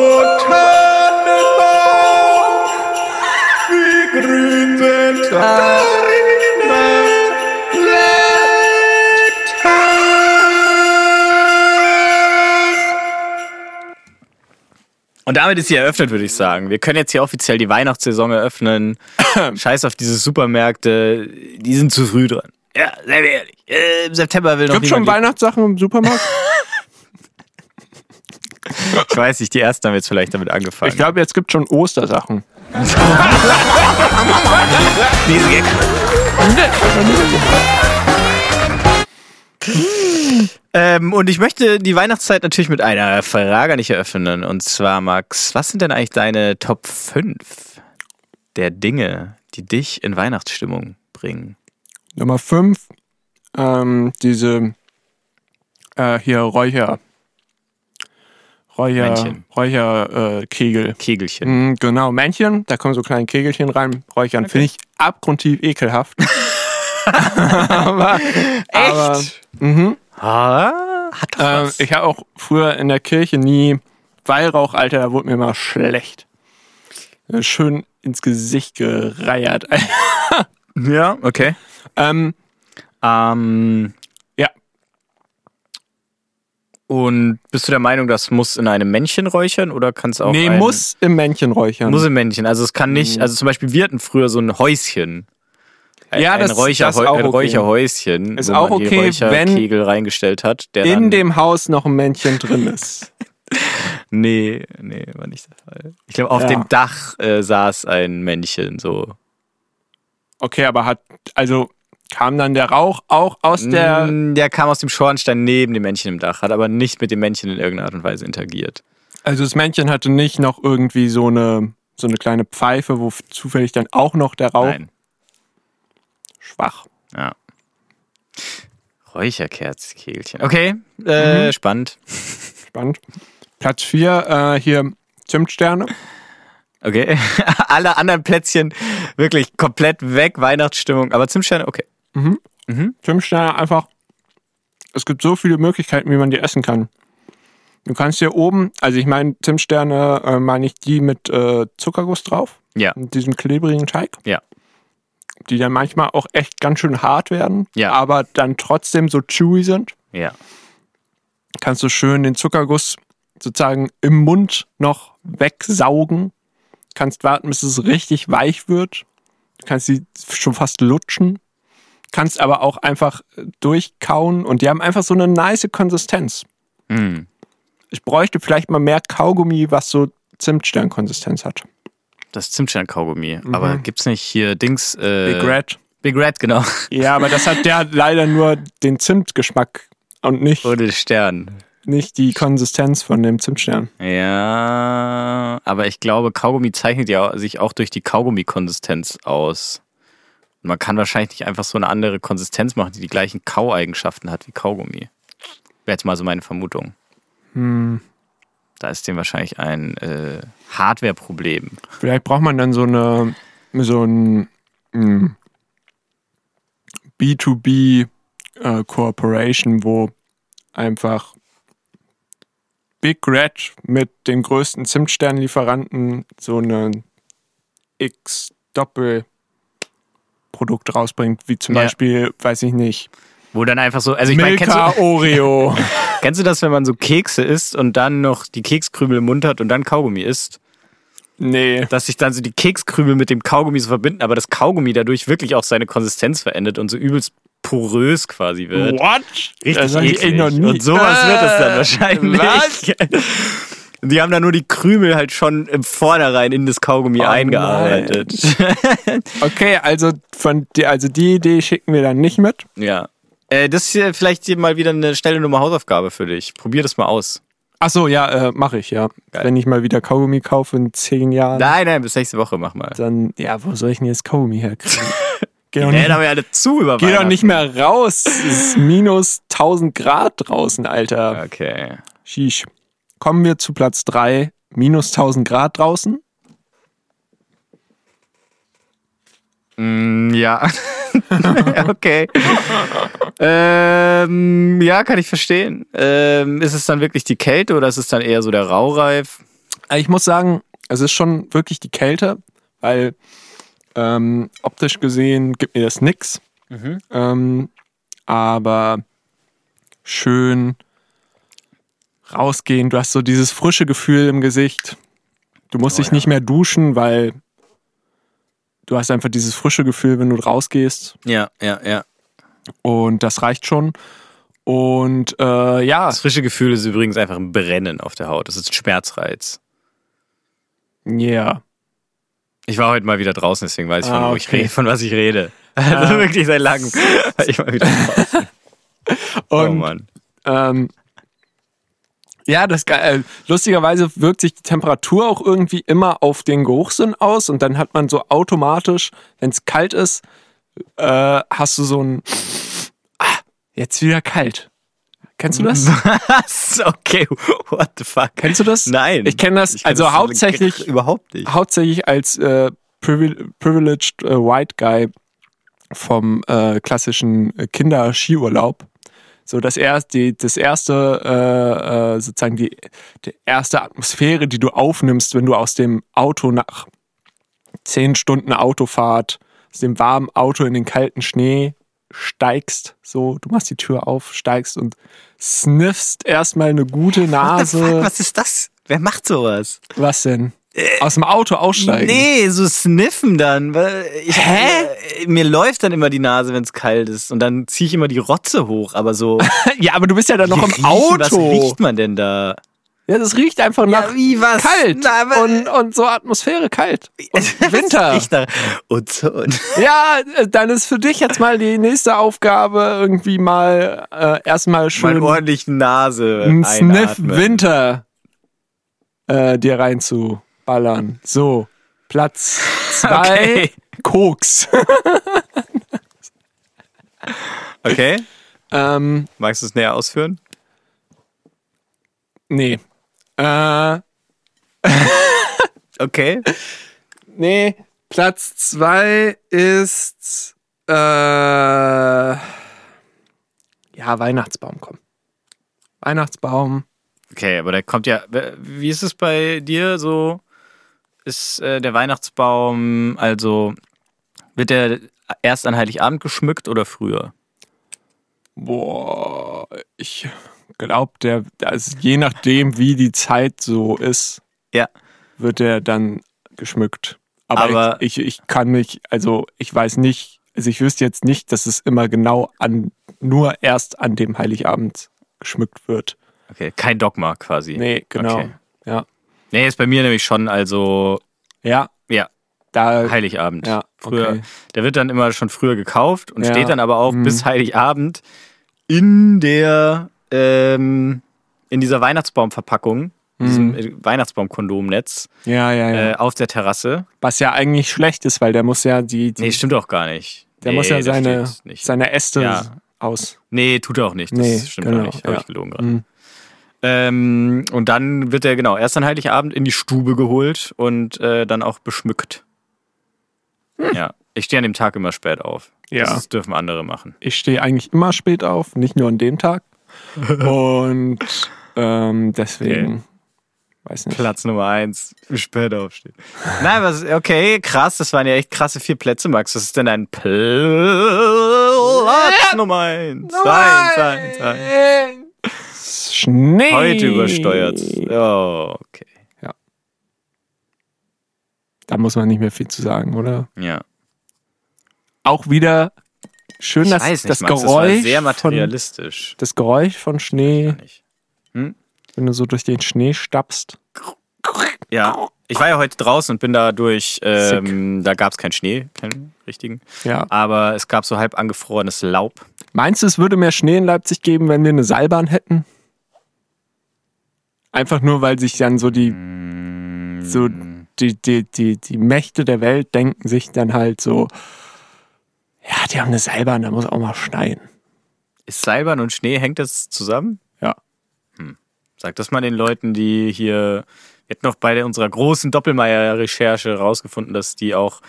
[SPEAKER 2] Tannenbaum, wie grün sind deine Und damit ist sie eröffnet, würde ich sagen. Wir können jetzt hier offiziell die Weihnachtssaison eröffnen. Scheiß auf diese Supermärkte, die sind zu früh dran. Ja, seien wir ehrlich. Äh, Im September will noch
[SPEAKER 1] Gibt schon
[SPEAKER 2] niemand
[SPEAKER 1] Weihnachtssachen im Supermarkt?
[SPEAKER 2] Ich weiß nicht, die ersten haben jetzt vielleicht damit angefangen.
[SPEAKER 1] Ich glaube, jetzt gibt schon Ostersachen.
[SPEAKER 2] Riesige- Ähm, und ich möchte die Weihnachtszeit natürlich mit einer Frage nicht eröffnen. Und zwar, Max, was sind denn eigentlich deine Top 5 der Dinge, die dich in Weihnachtsstimmung bringen?
[SPEAKER 1] Nummer 5, ähm, diese äh, hier Räucher. Räucher,
[SPEAKER 2] Männchen.
[SPEAKER 1] Räucherkegel. Äh, Kegel.
[SPEAKER 2] Kegelchen.
[SPEAKER 1] Mm, Genau, Männchen, da kommen so kleine Kegelchen rein, räuchern. Finde ich abgrundtief ekelhaft. aber, aber
[SPEAKER 2] Ah, hat doch
[SPEAKER 1] ähm,
[SPEAKER 2] was.
[SPEAKER 1] ich habe auch früher in der Kirche nie Weihrauch, Alter, da wurde mir mal schlecht. Äh, Schön ins Gesicht gereiert.
[SPEAKER 2] ja, okay.
[SPEAKER 1] ähm,
[SPEAKER 2] Ähm,
[SPEAKER 1] ja,
[SPEAKER 2] und bist du der Meinung, das muss in einem Männchen räuchern oder kann es auch
[SPEAKER 1] nee,
[SPEAKER 2] ein,
[SPEAKER 1] muss Mm. im Männchen räuchern.
[SPEAKER 2] muss im Männchen? Also es kann nicht, also zum Beispiel wir hatten früher so ein Häuschen. Ein-
[SPEAKER 1] Ja, das-
[SPEAKER 2] ein, Räucher,
[SPEAKER 1] das ist auch
[SPEAKER 2] ein
[SPEAKER 1] okay.
[SPEAKER 2] Räucherhäuschen,
[SPEAKER 1] Ist
[SPEAKER 2] wo
[SPEAKER 1] auch
[SPEAKER 2] man die
[SPEAKER 1] okay, wenn-
[SPEAKER 2] Räucherkegel reingestellt hat. Der
[SPEAKER 1] in
[SPEAKER 2] dann,
[SPEAKER 1] dem Haus noch ein Männchen drin ist.
[SPEAKER 2] nee, nee, war nicht der Fall. Ich glaube, auf
[SPEAKER 1] Ja.
[SPEAKER 2] dem Dach äh, saß ein Männchen so.
[SPEAKER 1] Okay, aber hat, also kam dann der Rauch auch aus der.
[SPEAKER 2] Mm, der kam aus dem Schornstein neben dem Männchen im Dach, hat aber nicht mit dem Männchen in irgendeiner Art und Weise interagiert.
[SPEAKER 1] Also das Männchen hatte nicht noch irgendwie so eine, so eine kleine Pfeife, wo f- zufällig dann auch noch der Rauch
[SPEAKER 2] Nein.
[SPEAKER 1] schwach.
[SPEAKER 2] Ja. Räucherkerzkehlchen. Okay, äh, spannend.
[SPEAKER 1] Spannend. Platz 4, äh, hier Zimtsterne.
[SPEAKER 2] Okay. Alle anderen Plätzchen wirklich komplett weg, Weihnachtsstimmung. Aber Zimtsterne, okay.
[SPEAKER 1] Zimtsterne einfach. Es gibt so viele Möglichkeiten, wie man die essen kann. Du kannst hier oben, also ich meine Zimtsterne, äh, meine ich die mit äh, Zuckerguss drauf,
[SPEAKER 2] Ja,
[SPEAKER 1] mit diesem klebrigen Teig,
[SPEAKER 2] ja.
[SPEAKER 1] die dann manchmal auch echt ganz schön hart werden,
[SPEAKER 2] Ja.
[SPEAKER 1] aber dann trotzdem so chewy sind.
[SPEAKER 2] Ja.
[SPEAKER 1] kannst du schön den Zuckerguss sozusagen im Mund noch wegsaugen. Kannst warten, bis es richtig weich wird. Du kannst sie schon fast lutschen. Kannst aber auch einfach äh, durchkauen und die haben einfach so eine nice Konsistenz.
[SPEAKER 2] Mm.
[SPEAKER 1] Ich bräuchte vielleicht mal mehr Kaugummi, was so Zimtsternkonsistenz hat.
[SPEAKER 2] Das Zimtstern-Kaugummi. Aber gibt's nicht hier Dings? Äh,
[SPEAKER 1] Big Red.
[SPEAKER 2] Big Red, genau.
[SPEAKER 1] Ja, aber das hat der leider nur den Zimtgeschmack und nicht,
[SPEAKER 2] Ohne Stern.
[SPEAKER 1] nicht die Konsistenz von dem Zimtstern.
[SPEAKER 2] Ja. Aber ich glaube, Kaugummi zeichnet ja sich auch durch die Kaugummi-Konsistenz aus. Man kann wahrscheinlich nicht einfach so eine andere Konsistenz machen, die die gleichen Kaueigenschaften hat wie Kaugummi. Wäre jetzt mal so meine Vermutung. Da ist dem wahrscheinlich ein äh, Hardware-Problem.
[SPEAKER 1] Vielleicht braucht man dann so eine so ein mm, B2B äh, Corporation, wo einfach Big Red mit dem größten Zimtsternlieferanten so eine X Doppel Produkt rausbringt, wie zum
[SPEAKER 2] Ja.
[SPEAKER 1] Beispiel, weiß ich nicht,
[SPEAKER 2] Wo dann einfach so, also ich meine, kennst
[SPEAKER 1] Milka
[SPEAKER 2] du,
[SPEAKER 1] Oreo.
[SPEAKER 2] kennst du das, wenn man so Kekse isst und dann noch die Kekskrümel im Mund hat und dann Kaugummi isst?
[SPEAKER 1] nee.
[SPEAKER 2] Dass sich dann so die Kekskrümel mit dem Kaugummi so verbinden, aber das Kaugummi dadurch wirklich auch seine Konsistenz verändert und so übelst porös quasi wird.
[SPEAKER 1] What?
[SPEAKER 2] Richtig
[SPEAKER 1] das hab ich
[SPEAKER 2] eklig.
[SPEAKER 1] echt noch nie. Äh,
[SPEAKER 2] Und sowas wird es dann wahrscheinlich.
[SPEAKER 1] was?
[SPEAKER 2] Die haben da nur die Krümel halt schon im Vornherein in das Kaugummi
[SPEAKER 1] Oh
[SPEAKER 2] eingearbeitet.
[SPEAKER 1] Okay, also von die, also die Idee schicken wir dann nicht mit.
[SPEAKER 2] Ja. Äh, das ist hier vielleicht hier mal wieder eine schnelle Nummer Hausaufgabe für dich. Probier das mal aus.
[SPEAKER 1] Ach so, ja, äh, mache ich, ja.
[SPEAKER 2] Geil.
[SPEAKER 1] Wenn ich mal wieder Kaugummi kaufe in zehn Jahren,
[SPEAKER 2] Nein, nein, bis nächste Woche mach mal.
[SPEAKER 1] dann, ja, wo soll ich denn jetzt Kaugummi herkriegen? Geh doch
[SPEAKER 2] Nee,
[SPEAKER 1] nicht,
[SPEAKER 2] Äh, da haben wir alle zu über
[SPEAKER 1] geh doch
[SPEAKER 2] Weihnachten.
[SPEAKER 1] nicht mehr raus. Es ist minus 1000 Grad draußen, Alter.
[SPEAKER 2] Okay.
[SPEAKER 1] Sheesh. Kommen wir zu Platz 3, minus 1000 Grad draußen.
[SPEAKER 2] Mm, ja. okay. ähm, ja, kann ich verstehen. Ähm, ist es dann wirklich die Kälte oder ist es dann eher so der Raureif?
[SPEAKER 1] Äh, Ich muss sagen, es ist schon wirklich die Kälte, weil ähm, optisch gesehen gibt mir das nix.
[SPEAKER 2] Mhm.
[SPEAKER 1] Ähm, aber schön rausgehen. Du hast so dieses frische Gefühl im Gesicht. Du musst
[SPEAKER 2] Oh,
[SPEAKER 1] dich
[SPEAKER 2] ja.
[SPEAKER 1] nicht mehr duschen, weil du hast einfach dieses frische Gefühl, wenn du rausgehst.
[SPEAKER 2] Ja, ja, ja.
[SPEAKER 1] Und das reicht schon. Und äh, ja,
[SPEAKER 2] Das frische Gefühl ist übrigens einfach ein Brennen auf der Haut. Das ist Schmerzreiz.
[SPEAKER 1] yeah.
[SPEAKER 2] Ich war heute mal wieder draußen, deswegen weiß ich, von,
[SPEAKER 1] Ah,
[SPEAKER 2] wo ich
[SPEAKER 1] okay.
[SPEAKER 2] rede, von was ich rede. Also wirklich sehr lang. Ich war wieder raus. oh
[SPEAKER 1] Und
[SPEAKER 2] Mann.
[SPEAKER 1] ähm, ja, das ge- äh, lustigerweise wirkt sich die Temperatur auch irgendwie immer auf den Geruchssinn aus und dann hat man so automatisch, wenn es kalt ist, äh, hast du so ein ah, jetzt wieder kalt. Kennst du das?
[SPEAKER 2] Was? Okay, what the fuck?
[SPEAKER 1] Kennst du das?
[SPEAKER 2] Nein.
[SPEAKER 1] Ich kenne das
[SPEAKER 2] Ich kenn
[SPEAKER 1] also
[SPEAKER 2] das
[SPEAKER 1] hauptsächlich
[SPEAKER 2] Überhaupt nicht.
[SPEAKER 1] hauptsächlich als äh, privil- privileged äh, white guy vom äh, klassischen äh, Kinder-Skiurlaub. So das erst die das erste äh, äh, sozusagen die, die erste Atmosphäre, die du aufnimmst, wenn du aus dem Auto nach zehn Stunden Autofahrt aus dem warmen Auto in den kalten Schnee steigst, so du machst die Tür auf, steigst und sniffst erstmal eine gute
[SPEAKER 2] What the fuck?
[SPEAKER 1] Nase.
[SPEAKER 2] Was ist das? Wer macht sowas?
[SPEAKER 1] Was denn? Aus dem Auto aussteigen.
[SPEAKER 2] Nee, so sniffen dann. weil Ich, Hä? Mir läuft dann immer die Nase, wenn es kalt ist. Und dann ziehe ich immer die Rotze hoch. Aber so.
[SPEAKER 1] Ja, aber du bist ja dann noch
[SPEAKER 2] Wie
[SPEAKER 1] im
[SPEAKER 2] riechen- Was
[SPEAKER 1] Auto.
[SPEAKER 2] riecht man denn da?
[SPEAKER 1] Ja, das riecht einfach nach
[SPEAKER 2] wie was?
[SPEAKER 1] kalt
[SPEAKER 2] Na, aber-
[SPEAKER 1] und, und so Atmosphäre kalt. Und
[SPEAKER 2] Was
[SPEAKER 1] Winter.
[SPEAKER 2] riecht da? Ozon.
[SPEAKER 1] Ja, äh, dann ist für dich jetzt mal die nächste Aufgabe irgendwie mal äh, erstmal
[SPEAKER 2] Mal
[SPEAKER 1] schön
[SPEAKER 2] ordentlich Nase.
[SPEAKER 1] einen Sniff
[SPEAKER 2] einatmen.
[SPEAKER 1] Winter äh, dir reinzuballern. So, Platz zwei,
[SPEAKER 2] Okay.
[SPEAKER 1] Koks.
[SPEAKER 2] Okay.
[SPEAKER 1] ähm,
[SPEAKER 2] Magst du es näher ausführen?
[SPEAKER 1] nee. Äh,
[SPEAKER 2] Okay.
[SPEAKER 1] Nee, Platz 2 ist. Äh, ja, Weihnachtsbaum, komm. Weihnachtsbaum.
[SPEAKER 2] Okay, aber der kommt ja. Wie ist es bei dir so? Ist äh, der Weihnachtsbaum, also wird der erst an Heiligabend geschmückt oder früher?
[SPEAKER 1] Boah, ich glaube, der. Also je nachdem, wie die Zeit so ist,
[SPEAKER 2] Ja.
[SPEAKER 1] wird der dann geschmückt. Aber,
[SPEAKER 2] Aber-
[SPEAKER 1] ich, ich, ich kann mich, also ich weiß nicht, also ich wüsste jetzt nicht, dass es immer genau an, nur erst an dem Heiligabend geschmückt wird.
[SPEAKER 2] Okay, kein Dogma quasi.
[SPEAKER 1] Nee, genau.
[SPEAKER 2] Okay.
[SPEAKER 1] Ja.
[SPEAKER 2] Nee, ist bei mir nämlich schon, also
[SPEAKER 1] Ja,
[SPEAKER 2] ja,
[SPEAKER 1] da
[SPEAKER 2] Heiligabend.
[SPEAKER 1] Ja,
[SPEAKER 2] früher.
[SPEAKER 1] okay.
[SPEAKER 2] Der wird dann immer schon früher gekauft und
[SPEAKER 1] Ja,
[SPEAKER 2] steht dann aber auch
[SPEAKER 1] mm.
[SPEAKER 2] bis Heiligabend in der ähm, in dieser Weihnachtsbaumverpackung, diesem äh, Weihnachtsbaumkondomnetz
[SPEAKER 1] Ja, ja, Mhm. ja.
[SPEAKER 2] äh, auf der Terrasse.
[SPEAKER 1] Was ja eigentlich schlecht ist, weil der muss ja die, die
[SPEAKER 2] Nee, stimmt auch gar nicht.
[SPEAKER 1] Hm. der
[SPEAKER 2] nee,
[SPEAKER 1] muss ja
[SPEAKER 2] das
[SPEAKER 1] seine,
[SPEAKER 2] steht Nicht.
[SPEAKER 1] seine Äste
[SPEAKER 2] Ja.
[SPEAKER 1] aus.
[SPEAKER 2] nee, tut er auch nicht. Das
[SPEAKER 1] Nee,
[SPEAKER 2] stimmt
[SPEAKER 1] genau,
[SPEAKER 2] auch nicht. Habe
[SPEAKER 1] ja.
[SPEAKER 2] ich gelogen gerade. Ähm, und dann wird er, genau, erst an Heiligabend in die Stube geholt und äh, dann auch beschmückt. Ja. Ich stehe an dem Tag immer spät auf.
[SPEAKER 1] Hm. Ja.
[SPEAKER 2] Das dürfen andere machen.
[SPEAKER 1] Ich stehe eigentlich immer spät auf, nicht nur an dem Tag. Und ähm, deswegen, weiß nicht.
[SPEAKER 2] Platz Nummer eins, spät aufstehen. Nein, was, okay, krass, das waren ja echt krasse vier Plätze, Max. Was ist denn dein Platz Nummer eins? Eins, eins, eins.
[SPEAKER 1] Schnee.
[SPEAKER 2] Heute übersteuert. Oh, okay.
[SPEAKER 1] Da muss man nicht mehr viel zu sagen, oder?
[SPEAKER 2] Ja.
[SPEAKER 1] Auch wieder schön, dass das Geräusch
[SPEAKER 2] das war sehr
[SPEAKER 1] von,
[SPEAKER 2] materialistisch.
[SPEAKER 1] das Geräusch von Schnee,
[SPEAKER 2] Nicht.
[SPEAKER 1] wenn du so durch den Schnee stapst.
[SPEAKER 2] Ja, ich war ja heute draußen und bin da durch, ähm, da gab es keinen Schnee, keinen richtigen,
[SPEAKER 1] Ja.
[SPEAKER 2] aber es gab so halb angefrorenes Laub.
[SPEAKER 1] Meinst du, es würde mehr Schnee in Leipzig geben, wenn wir eine Seilbahn hätten? Einfach nur, weil sich dann so die, so die, die, die, die Mächte der Welt denken sich dann halt so, ja, die haben eine Seilbahn, da muss auch mal schneien.
[SPEAKER 2] Ist Seilbahn und Schnee, hängt das zusammen? Hm.
[SPEAKER 1] Ja.
[SPEAKER 2] Sag das mal den Leuten, die hier, wir hatten noch bei der- unserer großen Doppelmeier-Recherche rausgefunden, dass die auch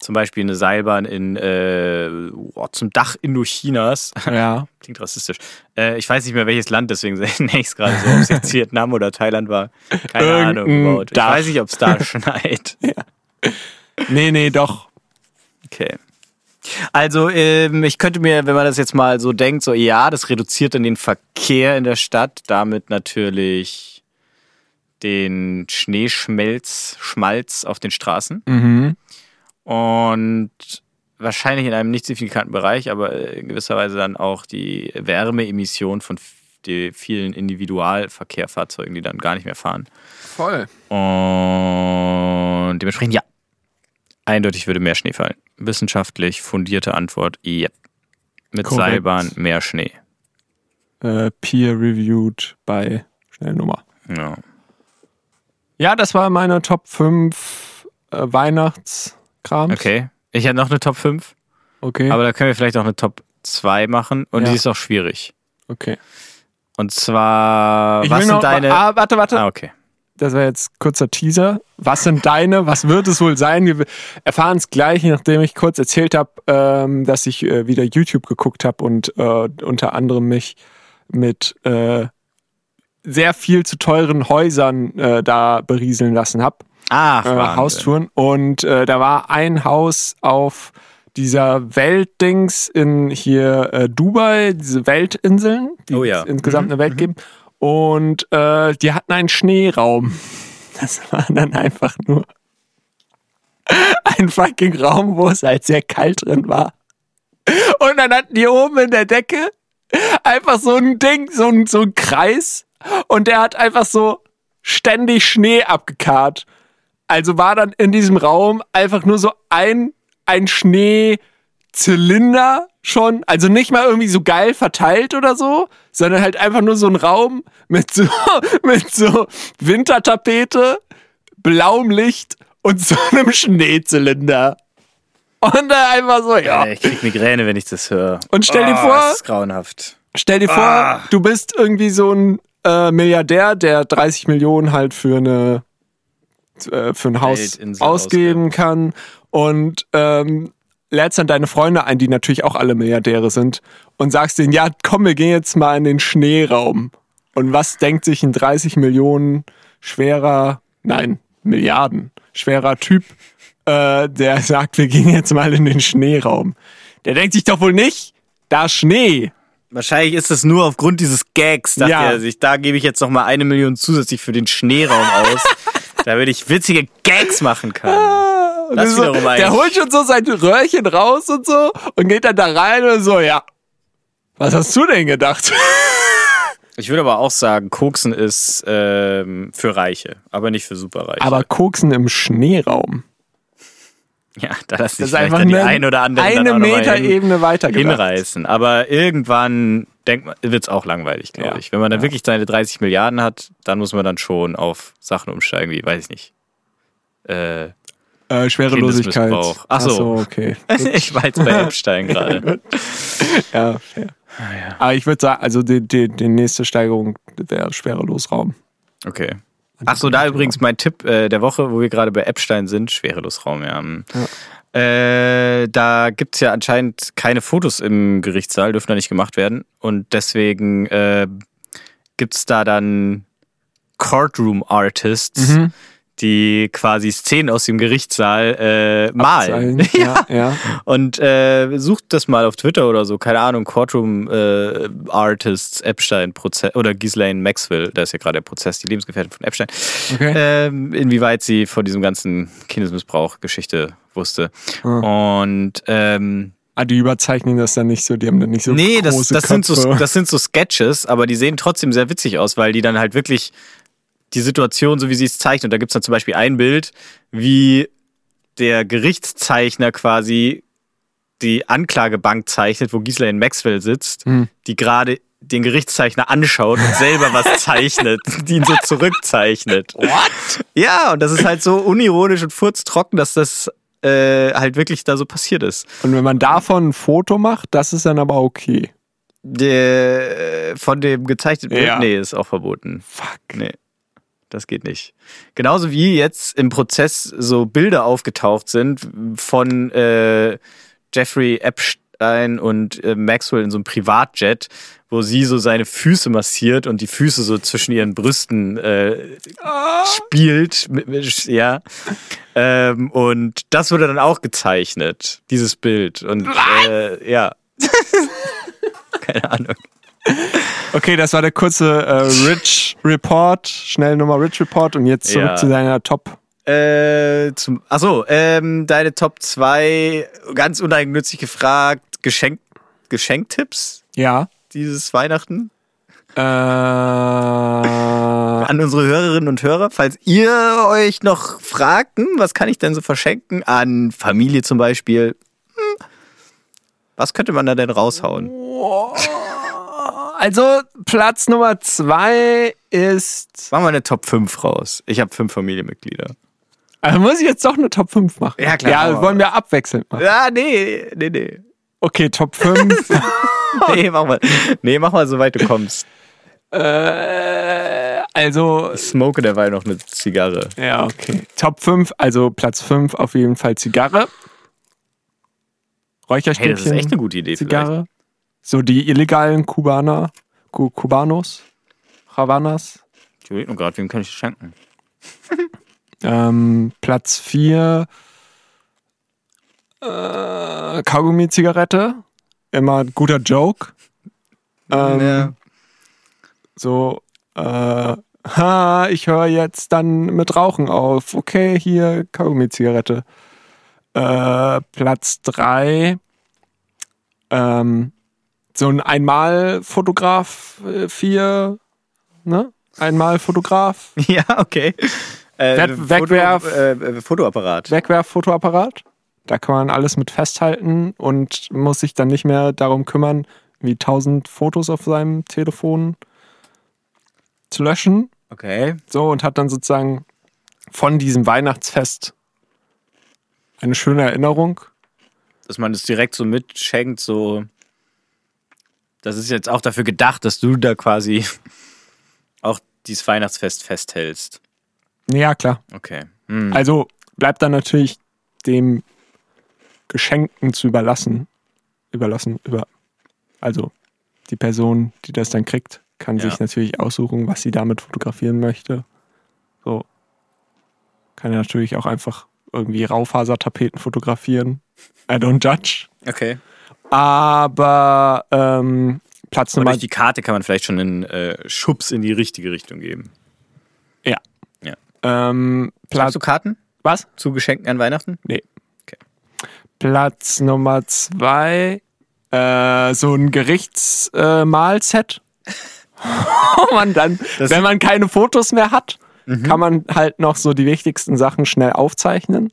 [SPEAKER 2] zum Beispiel eine Seilbahn in, äh, oh, zum Dach Indochinas,
[SPEAKER 1] Ja.
[SPEAKER 2] klingt rassistisch, äh, ich weiß nicht mehr welches Land, deswegen nenne ich es gerade so, ob es jetzt Vietnam oder Thailand war, keine Ahnung.
[SPEAKER 1] Irgendein
[SPEAKER 2] Maud. Ich
[SPEAKER 1] Dach.
[SPEAKER 2] weiß nicht, ob es da schneit.
[SPEAKER 1] Nee, nee, doch.
[SPEAKER 2] Okay. Also, ähm, ich könnte mir, wenn man das jetzt mal so denkt, so, ja, das reduziert dann den Verkehr in der Stadt, damit natürlich den Schneeschmelz, Schmalz auf den Straßen
[SPEAKER 1] Mhm.
[SPEAKER 2] und wahrscheinlich in einem nicht signifikanten Bereich, aber äh, in gewisser Weise dann auch die Wärmeemission von f- die vielen Individualverkehrfahrzeugen, die dann gar nicht mehr fahren.
[SPEAKER 1] Voll.
[SPEAKER 2] Und dementsprechend ja. Eindeutig würde mehr Schnee fallen. Wissenschaftlich fundierte Antwort, ja. Mit
[SPEAKER 1] Korrekt.
[SPEAKER 2] Seilbahn mehr Schnee.
[SPEAKER 1] Äh, Peer-reviewed bei Schnellnummer.
[SPEAKER 2] Ja.
[SPEAKER 1] Ja, das war meine Top 5 äh, Weihnachtskrams.
[SPEAKER 2] Okay. Ich hätte noch eine Top 5,
[SPEAKER 1] Okay.
[SPEAKER 2] aber da können wir vielleicht auch eine Top 2 machen und
[SPEAKER 1] Ja.
[SPEAKER 2] die ist auch schwierig.
[SPEAKER 1] okay.
[SPEAKER 2] Und zwar,
[SPEAKER 1] Ich
[SPEAKER 2] was
[SPEAKER 1] will
[SPEAKER 2] sind
[SPEAKER 1] noch,
[SPEAKER 2] deine.
[SPEAKER 1] Ah, warte, warte.
[SPEAKER 2] ah, okay.
[SPEAKER 1] Das war jetzt kurzer Teaser. Was sind deine? Was wird es wohl sein? Wir erfahren es gleich, nachdem ich kurz erzählt habe, ähm, dass ich äh, wieder YouTube geguckt habe und äh, unter anderem mich mit äh, sehr viel zu teuren Häusern äh, da berieseln lassen habe.
[SPEAKER 2] Ach,
[SPEAKER 1] äh,
[SPEAKER 2] Wahnsinn.
[SPEAKER 1] Haustouren. Und äh, da war ein Haus auf dieser Weltdings in hier äh, Dubai, diese Weltinseln, die
[SPEAKER 2] Oh ja.
[SPEAKER 1] es insgesamt eine Welt geben. Und äh, die hatten einen Schneeraum. Das war dann einfach nur ein fucking Raum, wo es halt sehr kalt drin war. Und dann hatten die oben in der Decke einfach so ein Ding, so ein, so ein Kreis. Und der hat einfach so ständig Schnee abgekarrt. Also war dann in diesem Raum einfach nur so ein, ein Schneezylinder schon, also nicht mal irgendwie so geil verteilt oder so, sondern halt einfach nur so ein Raum mit so, mit so Wintertapete, blauem Licht und so einem Schneezylinder. Und dann einfach so, ja.
[SPEAKER 2] Äh, Ich krieg Migräne, wenn ich das höre.
[SPEAKER 1] Und stell dir
[SPEAKER 2] oh,
[SPEAKER 1] vor-
[SPEAKER 2] Das ist grauenhaft.
[SPEAKER 1] Stell dir vor,
[SPEAKER 2] Ah.
[SPEAKER 1] du bist irgendwie so ein äh, Milliardär, der 30 Millionen halt für eine äh, für ein Haus
[SPEAKER 2] Weltinsel
[SPEAKER 1] ausgeben kann und ähm, lädst dann deine Freunde ein, die natürlich auch alle Milliardäre sind und sagst denen, ja, komm, wir gehen jetzt mal in den Schneeraum. Und was denkt sich ein 30 Millionen schwerer, nein, Milliarden schwerer Typ, äh, der sagt, wir gehen jetzt mal in den Schneeraum. Der denkt sich doch wohl nicht, da ist Schnee.
[SPEAKER 2] Wahrscheinlich ist es nur aufgrund dieses Gags, dachte
[SPEAKER 1] Ja.
[SPEAKER 2] er sich, da gebe ich jetzt nochmal eine Million zusätzlich für den Schneeraum aus, damit ich witzige Gags machen kann. Das
[SPEAKER 1] so,
[SPEAKER 2] wiederum
[SPEAKER 1] der
[SPEAKER 2] eigentlich.
[SPEAKER 1] holt schon so sein Röhrchen raus und so und geht dann da rein und so, ja. Was hast du denn gedacht?
[SPEAKER 2] Ich würde aber auch sagen, Koksen ist ähm, für Reiche, aber nicht für Superreiche.
[SPEAKER 1] Aber Koksen im Schneeraum.
[SPEAKER 2] ja, da lasse
[SPEAKER 1] Das
[SPEAKER 2] ich
[SPEAKER 1] ist
[SPEAKER 2] vielleicht
[SPEAKER 1] einfach
[SPEAKER 2] dann die
[SPEAKER 1] eine-
[SPEAKER 2] ein oder andere dann
[SPEAKER 1] eine
[SPEAKER 2] auch noch mal hin-
[SPEAKER 1] Meterebene weiter
[SPEAKER 2] hinreißen. Aber irgendwann wird es auch langweilig, glaube
[SPEAKER 1] Ja.
[SPEAKER 2] ich. Wenn man dann wirklich seine 30 Milliarden hat, dann muss man dann schon auf Sachen umsteigen, wie, weiß ich nicht. Äh,
[SPEAKER 1] Äh, Schwerelosigkeit.
[SPEAKER 2] Kindesmissbrauch. Ach so.
[SPEAKER 1] okay.
[SPEAKER 2] ich war jetzt bei Epstein gerade.
[SPEAKER 1] Ja, fair.
[SPEAKER 2] Ah,
[SPEAKER 1] Aber ich würde sagen, also die, die, die nächste Steigerung wäre Schwerelosraum.
[SPEAKER 2] Okay. Ach so, da übrigens mein Tipp äh, der Woche, wo wir gerade bei Epstein sind, Schwerelosraum, ja. Ähm, Äh, da gibt es ja anscheinend keine Fotos im Gerichtssaal, dürfen da nicht gemacht werden. Und deswegen äh, gibt es da dann Courtroom Artists, die quasi Szenen aus dem Gerichtssaal äh, malen.
[SPEAKER 1] Sein, ja, ja.
[SPEAKER 2] Und äh, sucht das mal auf Twitter oder so, keine Ahnung, Courtroom äh, Artists, Epstein Prozess oder Ghislaine Maxwell, da ist ja gerade der Prozess, die Lebensgefährtin von Epstein,
[SPEAKER 1] Okay.
[SPEAKER 2] ähm, inwieweit sie von diesem ganzen Kindesmissbrauch-Geschichte wusste. Und ähm,
[SPEAKER 1] Ah, die überzeichnen das dann nicht so, die haben dann nicht so
[SPEAKER 2] nee,
[SPEAKER 1] große
[SPEAKER 2] das, das,
[SPEAKER 1] Köpfe.
[SPEAKER 2] sind so, das sind so Sketches, aber die sehen trotzdem sehr witzig aus, weil die dann halt wirklich die Situation, so wie sie es zeichnet, da gibt es dann zum Beispiel ein Bild, wie der Gerichtszeichner quasi die Anklagebank zeichnet, wo Ghislaine Maxwell sitzt, die gerade den Gerichtszeichner anschaut und selber was zeichnet, die ihn so zurückzeichnet. What? Ja, und das ist halt so unironisch und furztrocken, dass das äh, halt wirklich da so passiert ist.
[SPEAKER 1] Und wenn man davon ein Foto macht, das ist dann aber okay.
[SPEAKER 2] Der, äh, von dem gezeichneten Bild,
[SPEAKER 1] Ja.
[SPEAKER 2] nee, ist auch verboten.
[SPEAKER 1] Fuck.
[SPEAKER 2] Nee, das geht nicht. Genauso wie jetzt im Prozess so Bilder aufgetaucht sind von äh, Jeffrey Epstein und äh, Maxwell in so einem Privatjet, wo sie so seine Füße massiert und die Füße so zwischen ihren Brüsten äh, spielt. mit- mit- Ja. Ähm, und das wurde dann auch gezeichnet, dieses Bild. Und äh, ja. Keine Ahnung.
[SPEAKER 1] Okay, das war der kurze äh, Rich Report, schnell nochmal Rich Report und jetzt zurück
[SPEAKER 2] Ja.
[SPEAKER 1] zu deiner Top.
[SPEAKER 2] Äh, zum, achso, ähm, deine Top 2, ganz uneigennützig gefragt, Geschenk, Geschenktipps
[SPEAKER 1] Ja.
[SPEAKER 2] dieses Weihnachten?
[SPEAKER 1] Äh, Ja.
[SPEAKER 2] an unsere Hörerinnen und Hörer, falls ihr euch noch fragt, hm, was kann ich denn so verschenken an Familie zum Beispiel, hm, was könnte man da denn raushauen?
[SPEAKER 1] Also Platz Nummer zwei ist.
[SPEAKER 2] Machen wir eine Top 5 raus. Ich habe fünf Familienmitglieder.
[SPEAKER 1] Also muss ich jetzt doch eine Top 5 machen?
[SPEAKER 2] Ja, klar.
[SPEAKER 1] Ja, also wollen wir abwechselnd machen.
[SPEAKER 2] Ja, nee, nee, nee.
[SPEAKER 1] Okay, Top 5.
[SPEAKER 2] Nee, mach mal, nee, mach mal so weit du kommst.
[SPEAKER 1] äh, also,
[SPEAKER 2] Smoke dabei noch eine Zigarre.
[SPEAKER 1] ja, okay. Top 5, also Platz 5 auf jeden Fall Zigarre.
[SPEAKER 2] Hey,
[SPEAKER 1] Räucherstäbchen.
[SPEAKER 2] das ist echt eine gute Idee.
[SPEAKER 1] Zigarre. So die illegalen Kubaner, Ku Kubanos, Havanas.
[SPEAKER 2] vielleicht. Ich überlege nur gerade, oh wem kann ich das schenken?
[SPEAKER 1] Ähm, Platz 4 äh, Kaugummi-Zigarette. Immer ein guter Joke. Ähm,
[SPEAKER 2] Ja.
[SPEAKER 1] So, äh, ha, ich höre jetzt dann mit Rauchen auf. Okay, hier Kaugummi-Zigarette. Äh, Platz 3 ähm, so ein Einmal-Fotograf 4, ne? Einmal-Fotograf,
[SPEAKER 2] Ja, okay. Äh,
[SPEAKER 1] Wett- Wegwerf-
[SPEAKER 2] Foto, äh, äh, Fotoapparat.
[SPEAKER 1] Wegwerf-Fotoapparat. Da kann man alles mit festhalten und muss sich dann nicht mehr darum kümmern, wie 1000 Fotos auf seinem Telefon zu löschen.
[SPEAKER 2] Okay.
[SPEAKER 1] So und hat dann sozusagen von diesem Weihnachtsfest eine schöne Erinnerung.
[SPEAKER 2] Dass man das direkt so mitschenkt, so. Das ist jetzt auch dafür gedacht, dass du da quasi auch dieses Weihnachtsfest festhältst.
[SPEAKER 1] Ja, klar.
[SPEAKER 2] Okay. Hm.
[SPEAKER 1] Also bleibt dann natürlich dem Geschenkten zu überlassen. Überlassen, über. Also die Person, die das dann kriegt, kann
[SPEAKER 2] Ja.
[SPEAKER 1] sich natürlich aussuchen, was sie damit fotografieren möchte. So. Kann ja natürlich auch einfach irgendwie Raufasertapeten fotografieren. I don't judge.
[SPEAKER 2] Okay.
[SPEAKER 1] Aber ähm, Platz
[SPEAKER 2] Und
[SPEAKER 1] Nummer
[SPEAKER 2] durch die Karte kann man vielleicht schon einen äh, Schubs in die richtige Richtung geben.
[SPEAKER 1] Ähm, Platz,
[SPEAKER 2] Hast du Karten
[SPEAKER 1] was?
[SPEAKER 2] zu Geschenken an Weihnachten?
[SPEAKER 1] Platz Nummer zwei, äh, so ein Gerichtsmahlset. Äh, Mahlset. Wo man dann,
[SPEAKER 2] Das-
[SPEAKER 1] wenn man keine Fotos mehr hat, kann man halt noch so die wichtigsten Sachen schnell aufzeichnen.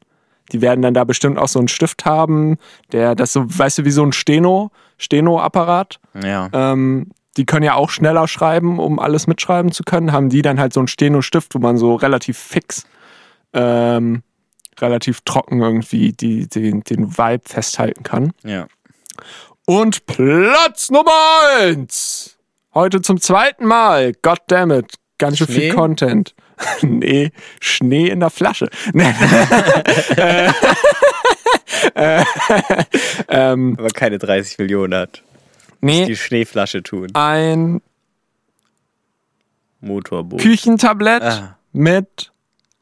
[SPEAKER 1] Die werden dann da bestimmt auch so einen Stift haben, der das so, weißt du, wie so ein Steno, Steno-Apparat.
[SPEAKER 2] Ja.
[SPEAKER 1] Ähm, die können ja auch schneller schreiben, um alles mitschreiben zu können. Haben die dann halt so einen Steno-Stift, wo man so relativ fix, ähm, relativ trocken irgendwie die, den, den Vibe festhalten kann.
[SPEAKER 2] Ja.
[SPEAKER 1] Und Platz Nummer eins. Heute zum zweiten Mal. Goddammit. Ganz schön
[SPEAKER 2] Schnee?
[SPEAKER 1] viel Content. nee, Schnee in der Flasche. Nee. Äh, äh, ähm,
[SPEAKER 2] Aber keine 30 Millionen hat.
[SPEAKER 1] nee,
[SPEAKER 2] Die Schneeflasche tun.
[SPEAKER 1] ein
[SPEAKER 2] Motorboot.
[SPEAKER 1] Küchentablett
[SPEAKER 2] Ah.
[SPEAKER 1] mit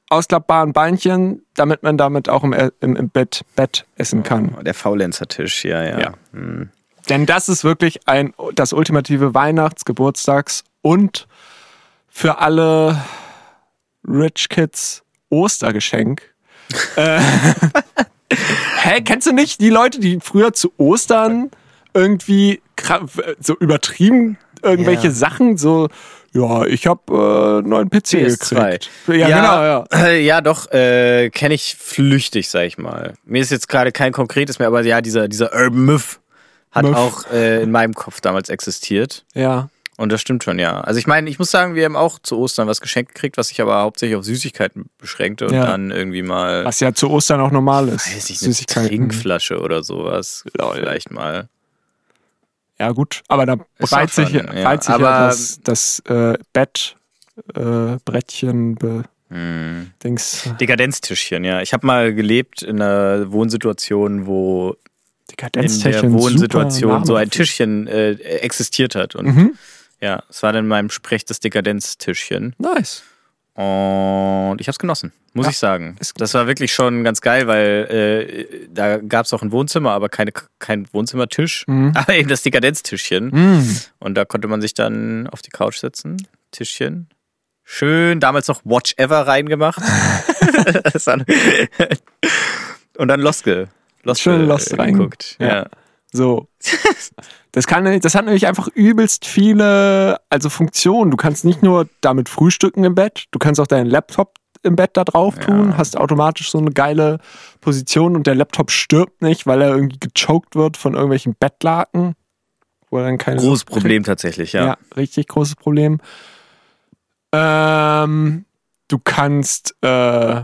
[SPEAKER 1] ausklappbaren Beinchen, damit man damit auch im, im, im Bett, Bett essen kann.
[SPEAKER 2] Der Faulenzertisch, ja, ja.
[SPEAKER 1] Ja. Denn das ist wirklich ein, das ultimative Weihnachts-, Geburtstags- und für alle Rich Kids Ostergeschenk. äh, hä, kennst du nicht die Leute, die früher zu Ostern irgendwie kra- so übertrieben irgendwelche
[SPEAKER 2] Ja.
[SPEAKER 1] Sachen so, ja, ich habe äh, einen neuen PC
[SPEAKER 2] PS2.
[SPEAKER 1] gekriegt. Ja, genau, ja.
[SPEAKER 2] äh, ja, doch, äh, kenne ich flüchtig, sag ich mal. Mir ist jetzt gerade kein konkretes mehr, aber ja, dieser, dieser Urban Myth hat
[SPEAKER 1] Myth.
[SPEAKER 2] auch äh, in meinem Kopf damals existiert.
[SPEAKER 1] Ja,
[SPEAKER 2] Und das stimmt schon, ja. Also ich meine, ich muss sagen, wir haben auch zu Ostern was geschenkt gekriegt, was sich aber hauptsächlich auf Süßigkeiten beschränkte und
[SPEAKER 1] Ja.
[SPEAKER 2] dann irgendwie mal,
[SPEAKER 1] was ja zu Ostern auch normal ist.
[SPEAKER 2] weiß nicht, eine Trinkflasche oder sowas
[SPEAKER 1] Lol.
[SPEAKER 2] vielleicht mal.
[SPEAKER 1] Ja, gut, aber da
[SPEAKER 2] Ist
[SPEAKER 1] breit
[SPEAKER 2] auch
[SPEAKER 1] sich,
[SPEAKER 2] schon, ja.
[SPEAKER 1] breit sich
[SPEAKER 2] Aber-
[SPEAKER 1] ja das, das äh, Bett, äh, Brettchen, Be
[SPEAKER 2] Hm.
[SPEAKER 1] Dings,
[SPEAKER 2] Dekadenztischchen, ja. Ich habe mal gelebt in einer Wohnsituation, wo in der
[SPEAKER 1] Dekadenztechnik.
[SPEAKER 2] Wohnsituation so ein Tischchen äh, existiert hat. Und
[SPEAKER 1] Mhm.
[SPEAKER 2] ja, es war dann in meinem Sprech das Dekadenztischchen.
[SPEAKER 1] Nice.
[SPEAKER 2] Und ich habe es genossen, muss
[SPEAKER 1] Ja,
[SPEAKER 2] ich sagen.
[SPEAKER 1] ist gut.
[SPEAKER 2] Das war wirklich schon ganz geil, weil äh, da gab es auch ein Wohnzimmer, aber keine, kein Wohnzimmertisch,
[SPEAKER 1] Mhm.
[SPEAKER 2] aber eben das Dekadenztischchen.
[SPEAKER 1] Mm.
[SPEAKER 2] Und da konnte man sich dann auf die Couch setzen, Tischchen. Schön, damals noch Watch Ever reingemacht. Das war- Und dann Lost, ge, Lost,
[SPEAKER 1] Schön
[SPEAKER 2] äh,
[SPEAKER 1] Lost rein.
[SPEAKER 2] geguckt.
[SPEAKER 1] Ja.
[SPEAKER 2] Ja.
[SPEAKER 1] So. Das kann, das hat nämlich einfach übelst viele, also Funktionen. Du kannst nicht nur damit frühstücken im Bett, du kannst auch deinen Laptop im Bett da drauf tun, hast automatisch so eine geile Position und der Laptop stirbt nicht, weil er irgendwie gechoked wird von irgendwelchen Bettlaken. Wo er dann keine
[SPEAKER 2] Großes
[SPEAKER 1] Luft kriegt.
[SPEAKER 2] Problem tatsächlich, ja.
[SPEAKER 1] Ja, richtig großes Problem. Ähm, du kannst äh,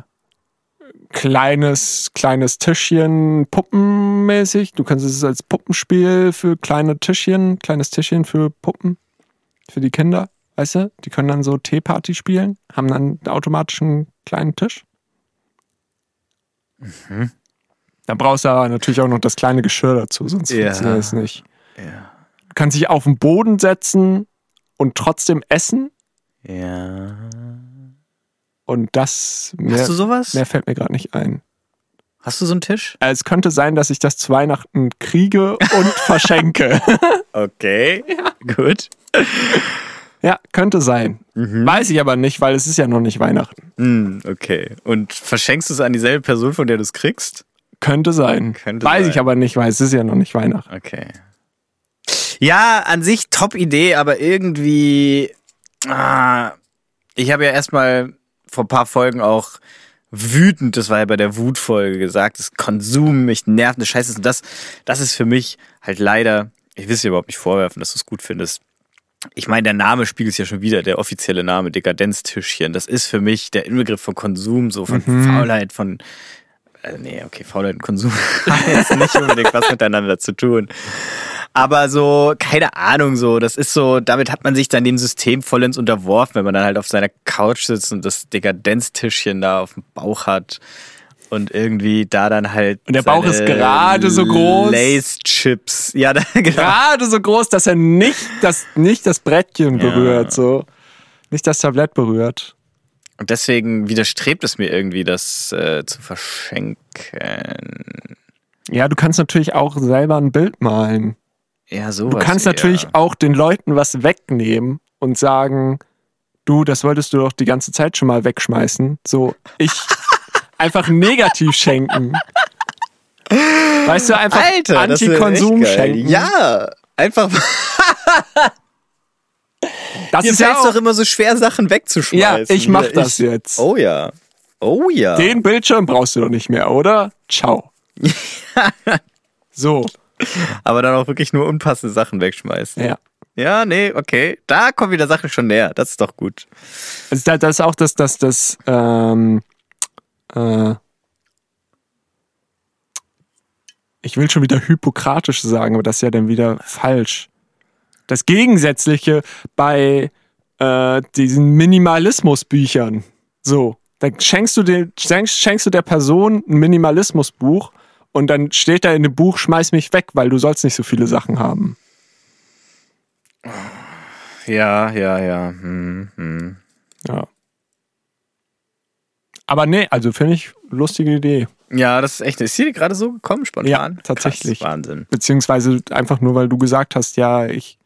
[SPEAKER 1] kleines, kleines Tischchen puppenmäßig, du kannst es als Puppenspiel für kleine Tischchen, kleines Tischchen für Puppen, für die Kinder, weißt du? Die können dann so Teeparty spielen, haben dann automatisch einen kleinen Tisch.
[SPEAKER 2] Mhm.
[SPEAKER 1] Dann brauchst du aber natürlich auch noch das kleine Geschirr dazu, sonst
[SPEAKER 2] Ja.
[SPEAKER 1] funktioniert es nicht.
[SPEAKER 2] Ja.
[SPEAKER 1] Du kannst dich auf den Boden setzen und trotzdem essen.
[SPEAKER 2] ja.
[SPEAKER 1] Und das mehr,
[SPEAKER 2] Hast du sowas?
[SPEAKER 1] mehr fällt mir gerade nicht ein.
[SPEAKER 2] Hast du so einen Tisch?
[SPEAKER 1] Es könnte sein, dass ich das zu Weihnachten kriege und verschenke.
[SPEAKER 2] Okay. Gut.
[SPEAKER 1] Ja, könnte sein.
[SPEAKER 2] Mhm.
[SPEAKER 1] Weiß ich aber nicht, weil es ist ja noch nicht Weihnachten.
[SPEAKER 2] Hm, okay. Und verschenkst du es an dieselbe Person, von der du es kriegst?
[SPEAKER 1] Könnte sein.
[SPEAKER 2] Könnte
[SPEAKER 1] Weiß
[SPEAKER 2] sein.
[SPEAKER 1] ich aber nicht, weil es ist ja noch nicht Weihnachten.
[SPEAKER 2] Okay. Ja, an sich top Idee, aber irgendwie. Ah, ich habe ja erstmal vor ein paar Folgen auch wütend, das war ja bei der Wutfolge gesagt, das Konsum, mich nervt, das Scheiße ist. Und das, das ist für mich halt leider, ich will es dir überhaupt nicht vorwerfen, dass du es gut findest. Ich meine, der Name spiegelt es ja schon wieder, der offizielle Name, Dekadenztischchen. Das ist für mich der Inbegriff von Konsum, so von
[SPEAKER 1] Mhm.
[SPEAKER 2] Faulheit, von also nee, okay, Faulheit und Konsum haben jetzt nicht unbedingt was miteinander zu tun. Aber so, keine Ahnung, so, das ist so, damit hat man sich dann dem System vollends unterworfen, wenn man dann halt auf seiner Couch sitzt und das Dekadenztischchen da auf dem Bauch hat und irgendwie da dann halt.
[SPEAKER 1] Und der Bauch ist gerade so groß.
[SPEAKER 2] Lace Chips. Ja, da, genau.
[SPEAKER 1] Gerade so groß, dass er nicht das, nicht das Brettchen berührt, so. Nicht das Tablett berührt.
[SPEAKER 2] Und deswegen widerstrebt es mir irgendwie, das äh, zu verschenken.
[SPEAKER 1] Ja, du kannst natürlich auch selber ein Bild malen.
[SPEAKER 2] Ja, sowas.
[SPEAKER 1] Du kannst
[SPEAKER 2] eher.
[SPEAKER 1] natürlich auch den Leuten was wegnehmen und sagen, du, das wolltest du doch die ganze Zeit schon mal wegschmeißen. So, ich einfach negativ schenken. Weißt du, einfach
[SPEAKER 2] Alter, das wär
[SPEAKER 1] Antikonsum
[SPEAKER 2] echt geil.
[SPEAKER 1] schenken.
[SPEAKER 2] Ja, einfach.
[SPEAKER 1] das
[SPEAKER 2] Mir
[SPEAKER 1] ist ja
[SPEAKER 2] fällt es
[SPEAKER 1] auch,
[SPEAKER 2] doch immer so schwer, Sachen
[SPEAKER 1] Ja,
[SPEAKER 2] wegzuschmeißen.
[SPEAKER 1] ich mach
[SPEAKER 2] Wieder
[SPEAKER 1] das jetzt.
[SPEAKER 2] Oh ja. Oh ja.
[SPEAKER 1] Den Bildschirm brauchst du doch nicht mehr, oder? Ciao. so,
[SPEAKER 2] Aber dann auch wirklich nur unpassende Sachen wegschmeißen.
[SPEAKER 1] ja.
[SPEAKER 2] Ja, nee, okay. Da kommen wieder Sachen schon näher. Das ist doch gut.
[SPEAKER 1] Also da, das ist auch das, das, das, ähm, äh, ich will schon wieder hypokratisch sagen, aber das ist ja dann wieder falsch. Das Gegensätzliche bei äh, diesen Minimalismusbüchern. So, dann schenkst du, den, schenkst, schenkst du der Person ein Minimalismusbuch und dann steht da in dem Buch, schmeiß mich weg, weil du sollst nicht so viele Sachen haben.
[SPEAKER 2] Ja, ja, ja. Hm, hm.
[SPEAKER 1] Ja. Aber nee, also finde ich lustige Idee.
[SPEAKER 2] Ja, das ist echt. Ist dir gerade so gekommen, spontan?
[SPEAKER 1] Ja, tatsächlich.
[SPEAKER 2] Krass, Wahnsinn.
[SPEAKER 1] beziehungsweise einfach nur, weil du gesagt hast, ja, ich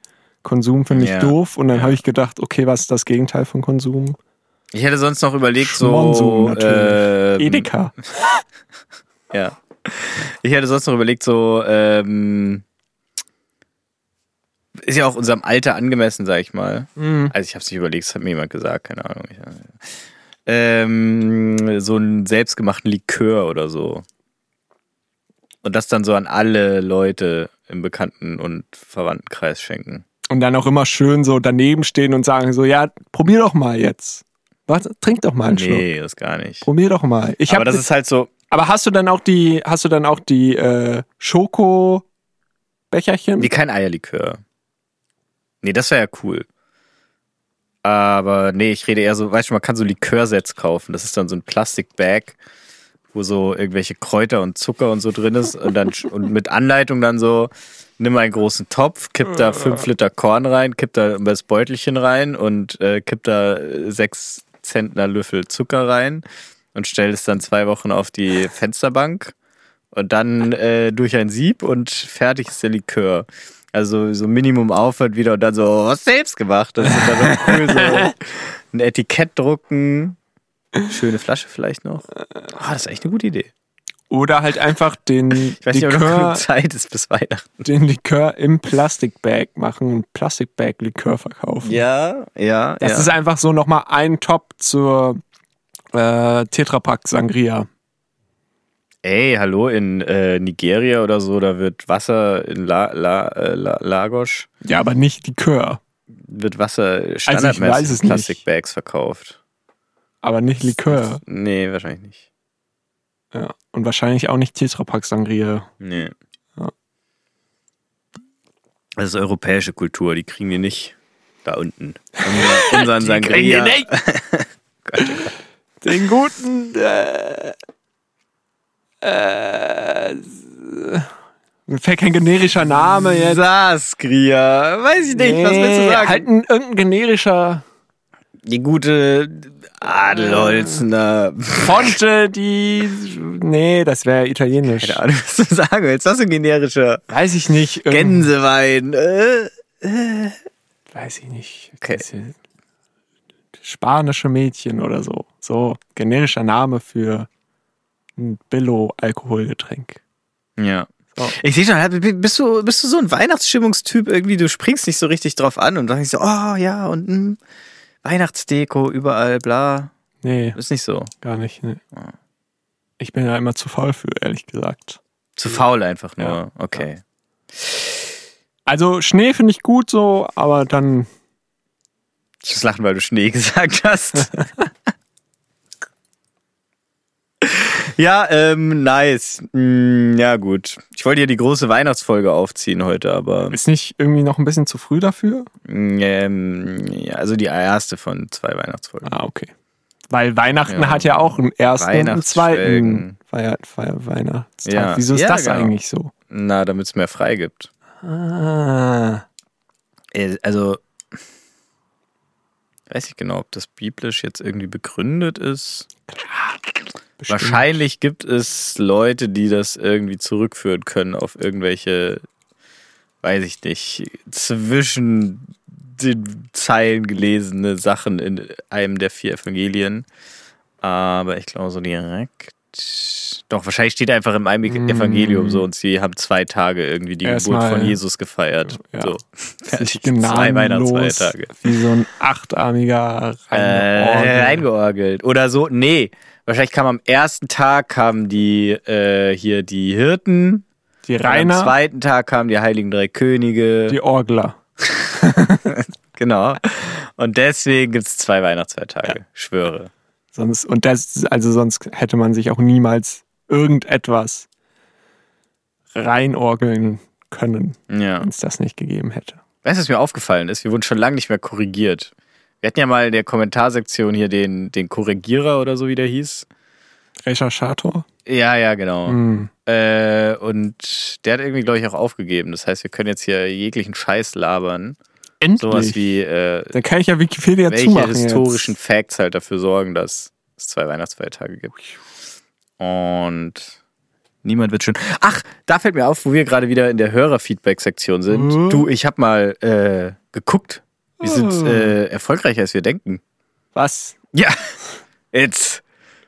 [SPEAKER 1] Konsum finde ich
[SPEAKER 2] Ja,
[SPEAKER 1] doof und dann
[SPEAKER 2] ja.
[SPEAKER 1] habe ich gedacht, okay, was ist das Gegenteil von Konsum?
[SPEAKER 2] Ich hätte sonst noch überlegt,
[SPEAKER 1] Schmonsum
[SPEAKER 2] so.
[SPEAKER 1] natürlich.
[SPEAKER 2] ähm,
[SPEAKER 1] Edeka.
[SPEAKER 2] Ja. Ich hätte sonst noch überlegt, so, ähm, ist ja auch unserem Alter angemessen, sag ich mal.
[SPEAKER 1] Hm. Mhm.
[SPEAKER 2] Also ich habe es nicht überlegt, es hat mir jemand gesagt, keine Ahnung. Ich, ähm, so einen selbstgemachten Likör oder so. Und das dann so an alle Leute im Bekannten- und Verwandtenkreis schenken.
[SPEAKER 1] Und dann auch immer schön so daneben stehen und sagen so, ja, probier doch mal jetzt. Was? Trink doch mal einen Schluck.
[SPEAKER 2] Nee, das gar nicht.
[SPEAKER 1] Probier doch mal. Ich
[SPEAKER 2] Aber
[SPEAKER 1] hab,
[SPEAKER 2] das ist halt so,
[SPEAKER 1] aber hast du dann auch die, hast du dann auch die äh, Schoko-Becherchen?
[SPEAKER 2] Nee, kein Eierlikör. Nee, das wäre ja cool. Aber nee, ich rede eher so, weißt du, man kann so Likörsets kaufen. Das ist dann so ein Plastikbag, wo so irgendwelche Kräuter und Zucker und so drin ist. Und dann sch- und mit Anleitung dann so, nimm einen großen Topf, kipp da fünf Liter Korn rein, kipp da das Beutelchen rein und äh, kipp da äh, sechs Zentner Löffel Zucker rein und stell es dann zwei Wochen auf die Fensterbank und dann äh, durch ein Sieb und fertig ist der Likör. Also so Minimum Aufwand wieder und dann so, oh, was selbst gemacht. Das ist dann doch cool, so ein Etikett drucken. Schöne Flasche vielleicht noch. Ah, das ist echt eine gute Idee.
[SPEAKER 1] Oder halt einfach den
[SPEAKER 2] Ich weiß nicht, ob noch
[SPEAKER 1] Likör,
[SPEAKER 2] genug Zeit ist bis Weihnachten.
[SPEAKER 1] den Likör im Plastikbag machen und Plastikbag-Likör verkaufen.
[SPEAKER 2] Ja, ja,
[SPEAKER 1] Das ist einfach so nochmal ein Top zur äh, Tetrapack Sangria.
[SPEAKER 2] Ey, hallo, in äh, Nigeria oder so, da wird Wasser in La, La, äh, La, Lagos,
[SPEAKER 1] Ja, aber nicht Likör.
[SPEAKER 2] wird Wasser
[SPEAKER 1] Also weiß
[SPEAKER 2] standardmäßig
[SPEAKER 1] es
[SPEAKER 2] in
[SPEAKER 1] nicht.
[SPEAKER 2] Plastikbags verkauft.
[SPEAKER 1] Aber nicht Likör.
[SPEAKER 2] Nee, wahrscheinlich nicht.
[SPEAKER 1] Ja. Und wahrscheinlich auch nicht Tetrapack Sangria.
[SPEAKER 2] Nee.
[SPEAKER 1] Ja.
[SPEAKER 2] Das ist europäische Kultur, die kriegen wir nicht da unten. Unser- Unseren Sangria.
[SPEAKER 1] Den guten. Äh, äh, mir fällt kein generischer Name jetzt.
[SPEAKER 2] Sangria. Weiß ich nicht, was willst du sagen?
[SPEAKER 1] Halt ein, irgendein generischer
[SPEAKER 2] Die gute Adelholzner.
[SPEAKER 1] Fonte, die. Nee, das wäre italienisch.
[SPEAKER 2] Keine Ahnung, was du sagen willst. Was für ein generischer
[SPEAKER 1] Weiß ich nicht. irgend-
[SPEAKER 2] Gänsewein. Äh.
[SPEAKER 1] weiß ich nicht.
[SPEAKER 2] Okay.
[SPEAKER 1] Diese Spanische Mädchen oder so. So, generischer Name für ein Billo-Alkoholgetränk.
[SPEAKER 2] Ja.
[SPEAKER 1] So.
[SPEAKER 2] Ich sehe schon, bist du, bist du so ein Weihnachtsstimmungstyp irgendwie? Du springst nicht so richtig drauf an und sagst so, oh ja, und hm, Weihnachtsdeko überall, bla.
[SPEAKER 1] Nee,
[SPEAKER 2] Ist nicht so.
[SPEAKER 1] gar nicht. Nee. Ich bin da immer zu faul für, ehrlich gesagt.
[SPEAKER 2] Zu faul einfach nur.
[SPEAKER 1] Ja.
[SPEAKER 2] Okay.
[SPEAKER 1] Also Schnee finde ich gut so, aber dann
[SPEAKER 2] Ich muss lachen, weil du Schnee gesagt hast. ja, ähm, nice. Mm, ja, gut. Ich wollte ja die große Weihnachtsfolge aufziehen heute, aber.
[SPEAKER 1] ist nicht irgendwie noch ein bisschen zu früh dafür.
[SPEAKER 2] Ähm, ja, also die erste von zwei Weihnachtsfolgen.
[SPEAKER 1] Ah, okay. Weil Weihnachten
[SPEAKER 2] Ja.
[SPEAKER 1] hat ja auch einen ersten und einen zweiten
[SPEAKER 2] Weihnachtsschwelgen.
[SPEAKER 1] Feier, Feier, Weihnachtstag.
[SPEAKER 2] Ja.
[SPEAKER 1] Wieso ist
[SPEAKER 2] Ja,
[SPEAKER 1] das
[SPEAKER 2] genau.
[SPEAKER 1] eigentlich so?
[SPEAKER 2] Na, damit es mehr frei gibt.
[SPEAKER 1] Ah.
[SPEAKER 2] Äh, Also, weiß ich genau, ob das biblisch jetzt irgendwie begründet ist.
[SPEAKER 1] bestimmt.
[SPEAKER 2] Wahrscheinlich gibt es Leute, die das irgendwie zurückführen können auf irgendwelche, weiß ich nicht, zwischen den Zeilen gelesene Sachen in einem der vier Evangelien. Aber ich glaube so direkt. Doch, wahrscheinlich steht einfach in einem Evangelium so und sie haben zwei Tage irgendwie die Geburt
[SPEAKER 1] Mhm. Erstmal-
[SPEAKER 2] von Jesus gefeiert.
[SPEAKER 1] Ja.
[SPEAKER 2] So.
[SPEAKER 1] Sich
[SPEAKER 2] Zwei
[SPEAKER 1] gnadenlos
[SPEAKER 2] Weihnachtsfeiertage.
[SPEAKER 1] wie so ein achtarmiger
[SPEAKER 2] Äh,
[SPEAKER 1] reingeordnet.
[SPEAKER 2] reingeorgelt. Oder so, nee. Wahrscheinlich kam am ersten Tag kamen die äh, hier die Hirten.
[SPEAKER 1] Die
[SPEAKER 2] Und am
[SPEAKER 1] Rainer,
[SPEAKER 2] zweiten Tag kamen die Heiligen Drei Könige.
[SPEAKER 1] die Orgler.
[SPEAKER 2] genau. Und deswegen gibt es zwei Weihnachtsfeiertage. Schwöre.
[SPEAKER 1] Sonst, und das, also sonst hätte man sich auch niemals irgendetwas reinorgeln können,
[SPEAKER 2] Ja.
[SPEAKER 1] wenn es das nicht gegeben hätte.
[SPEAKER 2] Weißt du, was mir aufgefallen ist? Wir wurden schon lange nicht mehr korrigiert. Wir hatten ja mal in der Kommentarsektion hier den, den Korrigierer oder so, wie der hieß.
[SPEAKER 1] Recherchator?
[SPEAKER 2] Ja, ja, genau.
[SPEAKER 1] Hm.
[SPEAKER 2] Äh, und der hat irgendwie, glaube ich, auch aufgegeben. Das heißt, wir können jetzt hier jeglichen Scheiß labern.
[SPEAKER 1] Endlich.
[SPEAKER 2] Sowas wie, äh,
[SPEAKER 1] Dann kann ich ja Wikipedia
[SPEAKER 2] welche
[SPEAKER 1] zumachen.
[SPEAKER 2] historischen
[SPEAKER 1] jetzt.
[SPEAKER 2] Facts halt dafür sorgen, dass es zwei Weihnachtsfeiertage gibt. Und niemand wird schön. Ach, da fällt mir auf, wo wir gerade wieder in der Hörerfeedback-Sektion sind.
[SPEAKER 1] Mhm.
[SPEAKER 2] Du, ich habe mal äh, geguckt. Wir sind
[SPEAKER 1] Mhm.
[SPEAKER 2] äh, erfolgreicher, als wir denken.
[SPEAKER 1] Was?
[SPEAKER 2] Ja, jetzt.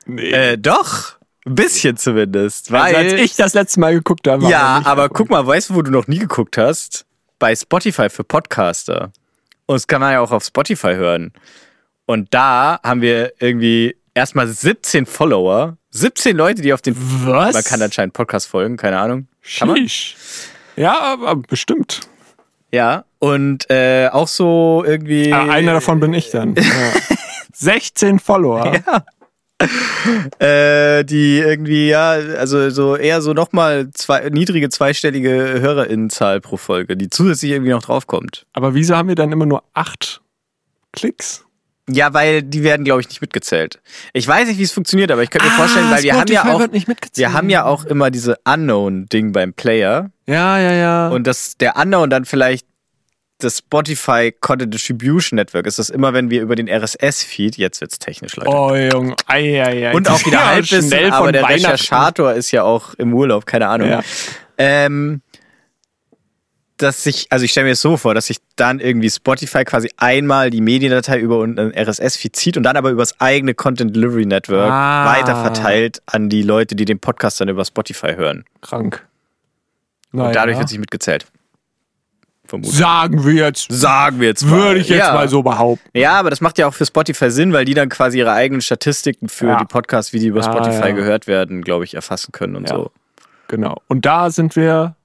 [SPEAKER 1] Nee.
[SPEAKER 2] Äh, doch, ein bisschen zumindest.
[SPEAKER 1] also,
[SPEAKER 2] Weil
[SPEAKER 1] als ich das letzte Mal geguckt habe.
[SPEAKER 2] ja, aber
[SPEAKER 1] guck
[SPEAKER 2] guck mal, weißt du, wo du noch nie geguckt hast? Bei Spotify für Podcaster. Und das kann man ja auch auf Spotify hören. Und da haben wir irgendwie erstmal 17 Follower, 17 Leute, die auf den.
[SPEAKER 1] Was?
[SPEAKER 2] Man kann anscheinend Podcast folgen, keine Ahnung. Kann man?
[SPEAKER 1] Sheesh. Ja, aber bestimmt.
[SPEAKER 2] Ja. Und äh, auch so irgendwie.
[SPEAKER 1] Ah, einer davon bin ich dann. Ja. 16 Follower.
[SPEAKER 2] äh, die irgendwie, ja, also so eher so nochmal zwei, niedrige zweistellige HörerInnenzahl pro Folge, die zusätzlich irgendwie noch draufkommt.
[SPEAKER 1] Aber wieso haben wir dann immer nur 8 Klicks?
[SPEAKER 2] Ja, weil die werden, glaube ich, nicht mitgezählt. Ich weiß nicht, wie es funktioniert, aber ich könnte mir vorstellen, weil wir haben ja auch,
[SPEAKER 1] Ah, Wird nicht mitgezählt.
[SPEAKER 2] wir haben ja auch immer diese Unknown-Ding beim Player
[SPEAKER 1] Ja, ja, ja.
[SPEAKER 2] und das, der Unknown dann vielleicht das Spotify Content Distribution Network ist das immer, wenn wir über den RSS-Feed, jetzt wird's technisch, Leute.
[SPEAKER 1] oh, Junge. Ei, ei, ei.
[SPEAKER 2] und auch wieder
[SPEAKER 1] Ja,
[SPEAKER 2] Halbwissen,
[SPEAKER 1] schnell
[SPEAKER 2] aber
[SPEAKER 1] von
[SPEAKER 2] der
[SPEAKER 1] Weihnachten.
[SPEAKER 2] Recherchator ist ja auch im Urlaub, keine Ahnung.
[SPEAKER 1] Ja.
[SPEAKER 2] Ähm, dass sich, also ich stelle mir das so vor, dass sich dann irgendwie Spotify quasi einmal die Mediendatei über äh, einen RSS-Feed zieht und dann aber übers eigene Content Delivery Network
[SPEAKER 1] Ah.
[SPEAKER 2] weiterverteilt an die Leute, die den Podcast dann über Spotify hören.
[SPEAKER 1] Krank.
[SPEAKER 2] Und
[SPEAKER 1] Naja.
[SPEAKER 2] dadurch wird sich mitgezählt. Vermutlich.
[SPEAKER 1] Sagen wir jetzt.
[SPEAKER 2] Sagen wir jetzt mal.
[SPEAKER 1] Würde ich jetzt
[SPEAKER 2] ja.
[SPEAKER 1] mal so behaupten.
[SPEAKER 2] Ja, aber das macht ja auch für Spotify Sinn, weil die dann quasi ihre eigenen Statistiken für
[SPEAKER 1] Ja.
[SPEAKER 2] die Podcasts, wie die über
[SPEAKER 1] Ah,
[SPEAKER 2] Spotify
[SPEAKER 1] ja.
[SPEAKER 2] gehört werden, glaube ich, erfassen können und
[SPEAKER 1] Ja.
[SPEAKER 2] so.
[SPEAKER 1] Genau. Und da sind wir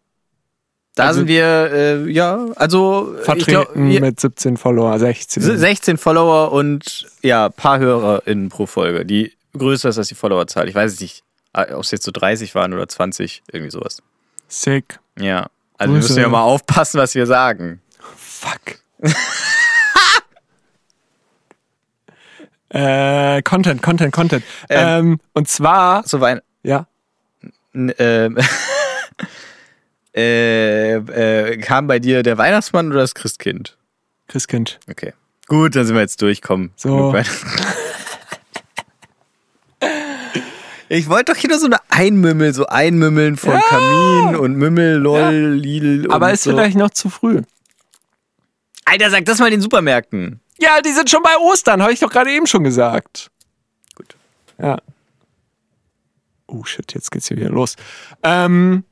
[SPEAKER 2] Da
[SPEAKER 1] Also-
[SPEAKER 2] sind wir, äh, ja, also äh, ich glaub,
[SPEAKER 1] vertreten
[SPEAKER 2] wir-
[SPEAKER 1] mit 17 Follower, 16.
[SPEAKER 2] 16 Follower und ja, paar HörerInnen pro Folge. Die größer ist als die Followerzahl. Ich weiß es nicht, ob es jetzt so 30 waren oder 20, irgendwie sowas.
[SPEAKER 1] Sick.
[SPEAKER 2] Ja. Also wir
[SPEAKER 1] Grüße.
[SPEAKER 2] müssen ja mal aufpassen, was wir sagen.
[SPEAKER 1] Fuck. äh, Content, Content, Content. Ähm, und zwar,
[SPEAKER 2] So Wein
[SPEAKER 1] ja,
[SPEAKER 2] N- ähm, äh, äh, kam bei dir der Weihnachtsmann oder das Christkind?
[SPEAKER 1] Christkind.
[SPEAKER 2] Okay. Gut, dann sind wir jetzt durch, komm.
[SPEAKER 1] So.
[SPEAKER 2] Genug Weihnachten. Ich wollte doch hier nur so eine Einmümmel, so Einmümmeln von Kamin und Mümmel, LOL,
[SPEAKER 1] Ja.
[SPEAKER 2] Lidl
[SPEAKER 1] Aber
[SPEAKER 2] und
[SPEAKER 1] ist
[SPEAKER 2] so.
[SPEAKER 1] vielleicht noch zu früh.
[SPEAKER 2] Alter, sag das mal den Supermärkten.
[SPEAKER 1] Ja, die sind schon bei Ostern, habe ich doch gerade eben schon gesagt.
[SPEAKER 2] Gut.
[SPEAKER 1] Ja. Oh shit, jetzt geht's hier wieder los. Ähm,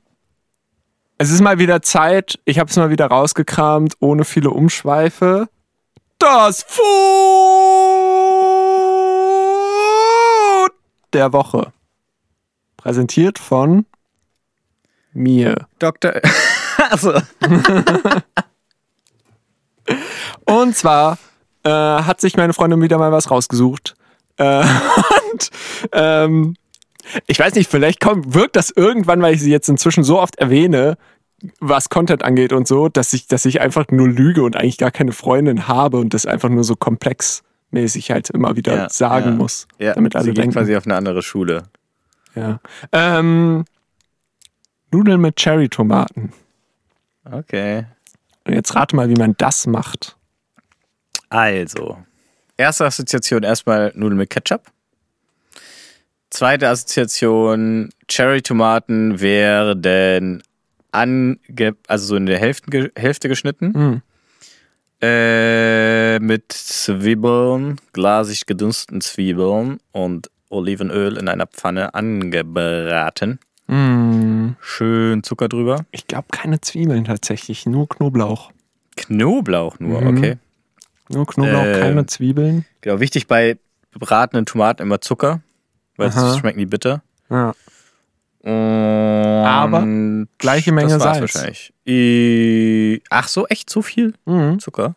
[SPEAKER 1] es ist mal wieder Zeit. Ich habe es mal wieder rausgekramt, ohne viele Umschweife. Das Food der Woche. Präsentiert von mir.
[SPEAKER 2] Doktor. also,
[SPEAKER 1] Und zwar äh, hat sich meine Freundin wieder mal was rausgesucht. Äh, und ähm, ich weiß nicht, vielleicht kommt, wirkt das irgendwann, weil ich sie jetzt inzwischen so oft erwähne, was Content angeht und so, dass ich, dass ich einfach nur lüge und eigentlich gar keine Freundin habe und das einfach nur so komplexmäßig halt immer wieder
[SPEAKER 2] Ja,
[SPEAKER 1] sagen
[SPEAKER 2] ja,
[SPEAKER 1] muss,
[SPEAKER 2] ja,
[SPEAKER 1] damit alle
[SPEAKER 2] sie geht
[SPEAKER 1] denken.
[SPEAKER 2] quasi auf eine andere Schule.
[SPEAKER 1] ja. ähm, Nudeln mit Cherry-Tomaten.
[SPEAKER 2] Okay.
[SPEAKER 1] Und jetzt rate mal, wie man das macht.
[SPEAKER 2] Also, erste Assoziation erstmal Nudeln mit Ketchup. Zweite Assoziation Cherry-Tomaten werden ange also so in der Hälfte, ge- Hälfte geschnitten.
[SPEAKER 1] Mm,
[SPEAKER 2] Äh, mit Zwiebeln, glasig gedünsten Zwiebeln und Olivenöl in einer Pfanne angebraten.
[SPEAKER 1] mm.
[SPEAKER 2] Schön Zucker drüber.
[SPEAKER 1] Ich glaube keine Zwiebeln tatsächlich, nur Knoblauch.
[SPEAKER 2] Knoblauch nur, okay.
[SPEAKER 1] Nur Knoblauch,
[SPEAKER 2] Ähm.
[SPEAKER 1] keine Zwiebeln.
[SPEAKER 2] Genau, wichtig bei gebratenen Tomaten immer Zucker, weil
[SPEAKER 1] Aha.
[SPEAKER 2] sonst schmecken die bitter.
[SPEAKER 1] Ja.
[SPEAKER 2] Aber
[SPEAKER 1] gleiche Menge
[SPEAKER 2] das war's
[SPEAKER 1] Salz.
[SPEAKER 2] wahrscheinlich. I- Ach so, echt so viel
[SPEAKER 1] Mhm.
[SPEAKER 2] Zucker?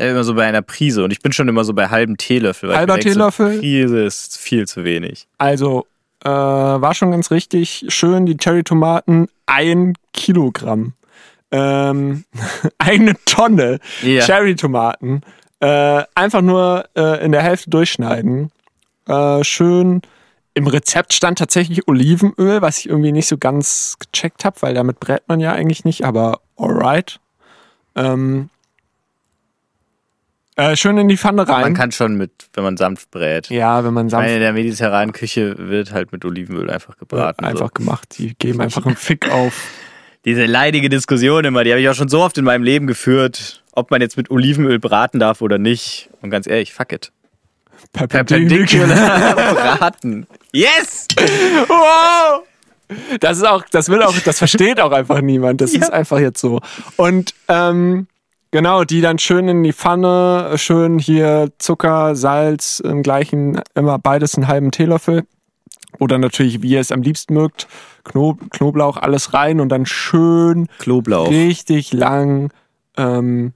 [SPEAKER 2] Ja, immer so bei einer Prise und ich bin schon immer so bei halben Teelöffel. weil ich
[SPEAKER 1] Halber
[SPEAKER 2] mir denke,
[SPEAKER 1] Teelöffel?
[SPEAKER 2] So, Prise ist viel zu wenig.
[SPEAKER 1] Also, äh, war schon ganz richtig. Schön, die Cherry-Tomaten, ein Kilogramm. Ähm, eine Tonne
[SPEAKER 2] Ja.
[SPEAKER 1] Cherry-Tomaten. Äh, einfach nur äh, in der Hälfte durchschneiden. Äh, schön. Im Rezept stand tatsächlich Olivenöl, was ich irgendwie nicht so ganz gecheckt habe, weil damit brät man ja eigentlich nicht, aber alright. Ähm, äh, schön in die Pfanne
[SPEAKER 2] Man
[SPEAKER 1] rein.
[SPEAKER 2] kann schon mit, wenn man sanft brät.
[SPEAKER 1] ja, wenn man
[SPEAKER 2] Ich
[SPEAKER 1] sanft
[SPEAKER 2] meine, in der mediterranen Küche wird halt mit Olivenöl einfach gebraten.
[SPEAKER 1] einfach
[SPEAKER 2] So.
[SPEAKER 1] gemacht. Die geben einfach einen Fick auf.
[SPEAKER 2] Diese leidige Diskussion immer, die habe ich auch schon so oft in meinem Leben geführt, ob man jetzt mit Olivenöl braten darf oder nicht. Und ganz ehrlich, fuck it. Perpendicular braten. Yes!
[SPEAKER 1] Wow! Das ist auch, das will auch, das versteht auch einfach niemand. Das
[SPEAKER 2] Ja.
[SPEAKER 1] ist einfach jetzt so. Und ähm, genau, die dann schön in die Pfanne, schön hier Zucker, Salz, im gleichen, immer beides einen halben Teelöffel. Oder natürlich, wie ihr es am liebsten mögt, Kno Knoblauch, alles rein und dann schön
[SPEAKER 2] Knoblauch.
[SPEAKER 1] richtig lang ähm,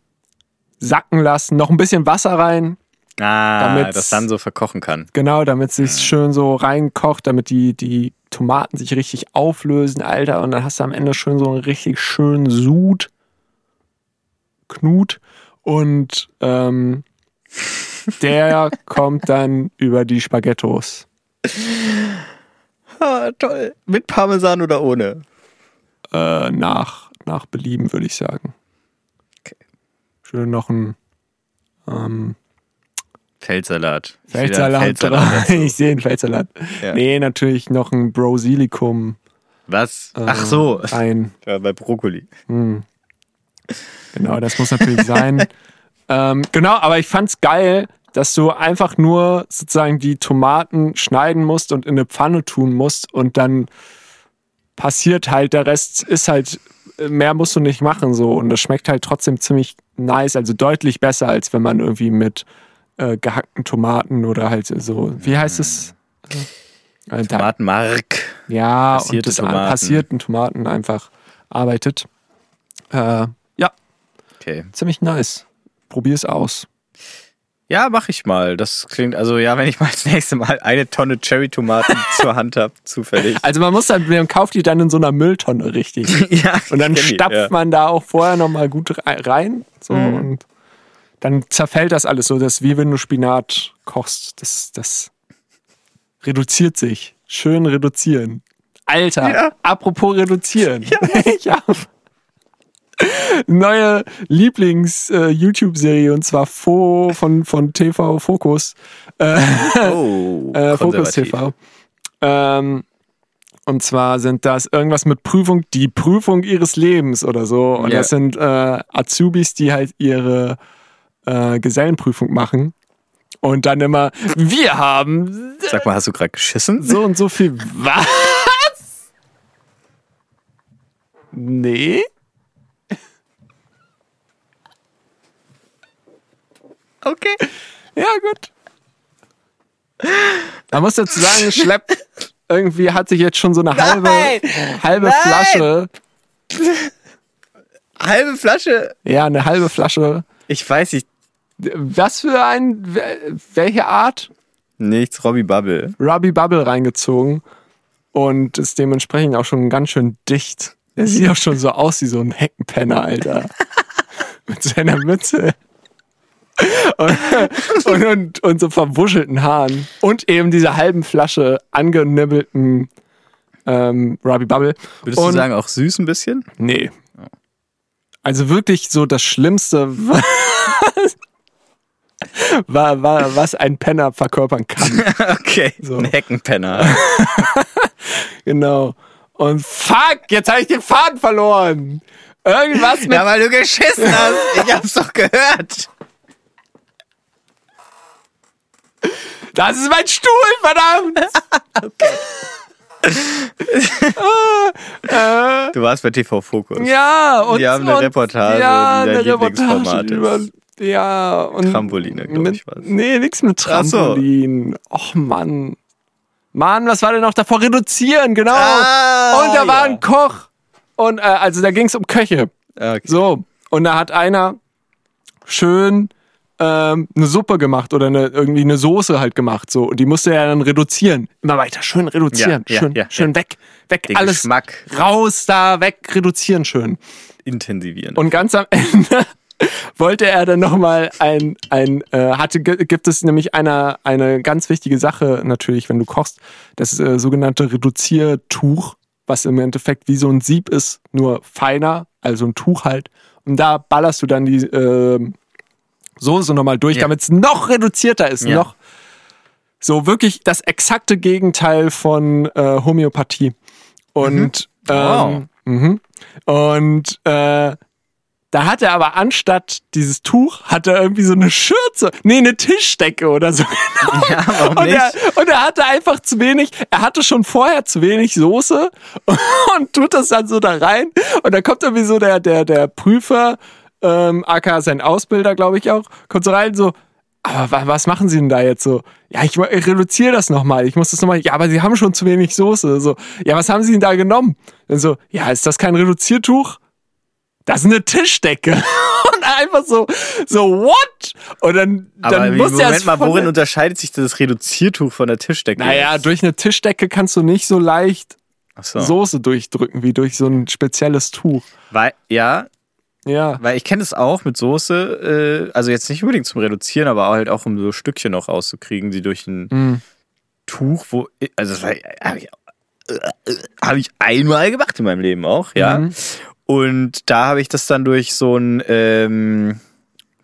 [SPEAKER 1] sacken lassen. Noch ein bisschen Wasser rein,
[SPEAKER 2] Ah,
[SPEAKER 1] Damit's-
[SPEAKER 2] das dann so verkochen kann.
[SPEAKER 1] Genau, damit es
[SPEAKER 2] Mhm.
[SPEAKER 1] sich schön so reinkocht, damit die, die Tomaten sich richtig auflösen, Alter. Und dann hast du am Ende schön so einen richtig schönen Sud, Knut. Und ähm, der kommt dann über die Spaghettos.
[SPEAKER 2] Ah, toll. Mit Parmesan oder ohne?
[SPEAKER 1] Äh, nach, nach Belieben, würde ich sagen.
[SPEAKER 2] Okay.
[SPEAKER 1] Schön noch ein ähm,
[SPEAKER 2] Feldsalat. Ich will da einen
[SPEAKER 1] Feldsalat.
[SPEAKER 2] Feldsalat.
[SPEAKER 1] dran. Ich sehe einen Feldsalat.
[SPEAKER 2] Ja.
[SPEAKER 1] Nee, natürlich noch ein Brosilikum.
[SPEAKER 2] Was?
[SPEAKER 1] äh,
[SPEAKER 2] Ach so.
[SPEAKER 1] Ein.
[SPEAKER 2] Ja, bei Brokkoli.
[SPEAKER 1] Hm. Genau, das muss natürlich sein. ähm, genau, aber ich fand's geil, dass du einfach nur sozusagen die Tomaten schneiden musst und in eine Pfanne tun musst und dann passiert halt, der Rest ist halt, mehr musst du nicht machen so und das schmeckt halt trotzdem ziemlich nice, also deutlich besser, als wenn man irgendwie mit äh, gehackten Tomaten oder halt so, wie heißt es? Äh, da-
[SPEAKER 2] Tomatenmark.
[SPEAKER 1] ja,
[SPEAKER 2] Mhm. Passierte
[SPEAKER 1] und das an
[SPEAKER 2] Tomaten.
[SPEAKER 1] passierten Tomaten einfach arbeitet. Äh, ja,
[SPEAKER 2] Okay.
[SPEAKER 1] ziemlich nice. Probier's aus.
[SPEAKER 2] Ja, mach ich mal. Das klingt, also ja, wenn ich mal das nächste Mal eine Tonne Cherry-Tomaten zur Hand habe, zufällig.
[SPEAKER 1] Also man muss dann, man kauft die dann in so einer Mülltonne richtig.
[SPEAKER 2] ja,
[SPEAKER 1] Und dann
[SPEAKER 2] kenn die,
[SPEAKER 1] stapft
[SPEAKER 2] ja. Mhm.
[SPEAKER 1] man da auch vorher nochmal gut rei- rein. So, und dann zerfällt das alles so. Das ist wie wenn du Spinat kochst. Das, das reduziert sich. Schön reduzieren. Alter,
[SPEAKER 2] Ja.
[SPEAKER 1] apropos reduzieren. Ja. Ich habe neue Lieblings-YouTube-Serie und zwar Fo von, von TV Focus.
[SPEAKER 2] Oh,
[SPEAKER 1] Äh, Fokus
[SPEAKER 2] konservativ.
[SPEAKER 1] TV. Ähm, und zwar sind das irgendwas mit Prüfung, die Prüfung ihres Lebens oder so. Und
[SPEAKER 2] Ja.
[SPEAKER 1] das sind äh, Azubis, die halt ihre äh, Gesellenprüfung machen. Und dann immer, wir haben
[SPEAKER 2] Sag mal, hast du gerade geschissen?
[SPEAKER 1] so und so viel. Was? Nee?
[SPEAKER 2] Okay.
[SPEAKER 1] Ja, gut. Man muss dazu sagen, Schlepp irgendwie hat sich jetzt schon so eine halbe, halbe
[SPEAKER 2] Nein!
[SPEAKER 1] Flasche.
[SPEAKER 2] Halbe Flasche.
[SPEAKER 1] Ja, eine halbe Flasche.
[SPEAKER 2] Ich weiß nicht.
[SPEAKER 1] Was für ein, wel- welche Art?
[SPEAKER 2] Nichts, Robbie Bubble.
[SPEAKER 1] Robbie Bubble reingezogen und ist dementsprechend auch schon ganz schön dicht. Er sieht auch schon so aus wie so ein Heckenpenner, Alter. Mit seiner Mütze. Und, und, und, und so verwuschelten Haaren. Und eben dieser halben Flasche angenibbelten ähm, Robbie Bubble.
[SPEAKER 2] Würdest
[SPEAKER 1] und,
[SPEAKER 2] du sagen, auch süß ein bisschen?
[SPEAKER 1] Nee. Also wirklich so das Schlimmste, was, war, war, was ein Penner verkörpern kann.
[SPEAKER 2] Okay. So. Ein Heckenpenner.
[SPEAKER 1] Genau. Und fuck, jetzt habe ich den Faden verloren. Irgendwas mit.
[SPEAKER 2] ja, weil du geschissen hast. Ich hab's doch gehört.
[SPEAKER 1] Das ist mein Stuhl, verdammt!
[SPEAKER 2] Du warst bei TV Fokus.
[SPEAKER 1] Ja, und.
[SPEAKER 2] Die haben eine
[SPEAKER 1] und,
[SPEAKER 2] Reportage,
[SPEAKER 1] Ja,
[SPEAKER 2] die dein
[SPEAKER 1] eine Reportage.
[SPEAKER 2] Lieblingsformat
[SPEAKER 1] Über,
[SPEAKER 2] ist.
[SPEAKER 1] ja, und.
[SPEAKER 2] Trampoline, glaub
[SPEAKER 1] mit,
[SPEAKER 2] ich, war's.
[SPEAKER 1] Nee, nichts mit
[SPEAKER 2] Ach so.
[SPEAKER 1] Trampolin. Och, Mann. Mann, was war denn noch davor? Reduzieren, genau.
[SPEAKER 2] Ah,
[SPEAKER 1] und da war
[SPEAKER 2] ja.
[SPEAKER 1] ein Koch. Und, äh, also da ging es um Köche.
[SPEAKER 2] Okay.
[SPEAKER 1] So, und da hat einer schön ähm, eine Suppe gemacht oder eine, irgendwie eine Soße halt gemacht. So, und die musste er dann reduzieren. Immer weiter, schön reduzieren.
[SPEAKER 2] Ja, ja,
[SPEAKER 1] schön
[SPEAKER 2] ja,
[SPEAKER 1] schön weg, weg,
[SPEAKER 2] Den
[SPEAKER 1] alles
[SPEAKER 2] Geschmack
[SPEAKER 1] raus da, weg, reduzieren schön.
[SPEAKER 2] intensivieren.
[SPEAKER 1] Und ganz am Ende wollte er dann nochmal ein, ein äh, hatte, gi- gibt es nämlich eine, eine ganz wichtige Sache natürlich, wenn du kochst, das äh, sogenannte Reduziertuch, was im Endeffekt wie so ein Sieb ist, nur feiner, also ein Tuch halt. Und da ballerst du dann die ähm, Soße nochmal durch,
[SPEAKER 2] Ja.
[SPEAKER 1] damit es noch reduzierter ist,
[SPEAKER 2] Ja.
[SPEAKER 1] noch so wirklich das exakte Gegenteil von äh, Homöopathie. Und ähm, mhm. und äh, da hat er aber anstatt dieses Tuch, hat er irgendwie so eine Schürze, nee, eine Tischdecke oder so.
[SPEAKER 2] ja, warum
[SPEAKER 1] Und
[SPEAKER 2] nicht?
[SPEAKER 1] er, und er hatte einfach zu wenig, er hatte schon vorher zu wenig Soße und tut das dann so da rein. Und dann kommt irgendwie so der, der, der Prüfer, ähm, aka sein Ausbilder, glaube ich auch, kommt so rein so, aber wa- was machen Sie denn da jetzt so? Ja, ich, mo- ich reduziere das nochmal. Ich muss das nochmal. Ja, aber Sie haben schon zu wenig Soße. So, ja, was haben Sie denn da genommen? Dann so, ja, ist das kein Reduziertuch? Das ist eine Tischdecke. Und einfach so, so, what? Und dann,
[SPEAKER 2] Aber
[SPEAKER 1] dann muss er
[SPEAKER 2] Moment
[SPEAKER 1] es
[SPEAKER 2] mal,
[SPEAKER 1] von
[SPEAKER 2] worin
[SPEAKER 1] der-
[SPEAKER 2] unterscheidet sich das Reduziertuch von der Tischdecke?
[SPEAKER 1] naja,
[SPEAKER 2] jetzt?
[SPEAKER 1] durch eine Tischdecke kannst du nicht so leicht
[SPEAKER 2] Ach so.
[SPEAKER 1] Soße durchdrücken wie durch so ein spezielles Tuch.
[SPEAKER 2] Weil, ja,
[SPEAKER 1] Ja.
[SPEAKER 2] weil ich kenne es auch mit Soße, äh, also jetzt nicht unbedingt zum Reduzieren, aber halt auch um so Stückchen noch rauszukriegen, die durch ein
[SPEAKER 1] Hm.
[SPEAKER 2] Tuch, wo, also das habe ich, äh, hab ich einmal gemacht in meinem Leben auch, ja.
[SPEAKER 1] Mhm.
[SPEAKER 2] Und da habe ich das dann durch so ein ähm,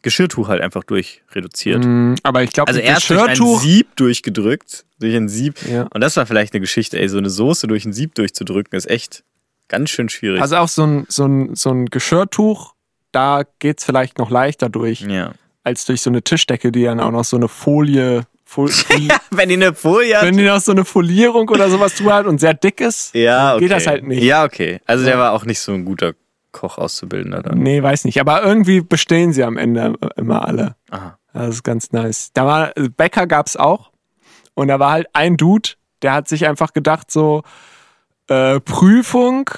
[SPEAKER 2] Geschirrtuch halt einfach durch reduziert.
[SPEAKER 1] Mm, Aber ich glaube,
[SPEAKER 2] Also
[SPEAKER 1] das
[SPEAKER 2] erst durch ein
[SPEAKER 1] Geschirrtuch.
[SPEAKER 2] Sieb durchgedrückt, durch ein Sieb.
[SPEAKER 1] Ja.
[SPEAKER 2] Und das war vielleicht eine Geschichte, ey, so eine Soße durch ein Sieb durchzudrücken, ist echt ganz schön schwierig.
[SPEAKER 1] Also auch so ein, so ein, so ein Geschirrtuch da geht's vielleicht noch leichter durch,
[SPEAKER 2] Ja.
[SPEAKER 1] als durch so eine Tischdecke, die dann auch noch so eine Folie, Fol
[SPEAKER 2] ja wenn die eine Folie hat.
[SPEAKER 1] wenn die noch so eine Folierung oder sowas drüber hat und sehr dick ist,
[SPEAKER 2] ja, okay.
[SPEAKER 1] geht das halt nicht.
[SPEAKER 2] Ja, okay. Also der war auch nicht so ein guter Koch auszubildender dann.
[SPEAKER 1] Nee, weiß nicht. Aber irgendwie bestehen sie am Ende immer alle.
[SPEAKER 2] Aha.
[SPEAKER 1] Das ist ganz nice. Da war, also Bäcker gab's auch. Und da war halt ein Dude, der hat sich einfach gedacht, so, äh, Prüfung,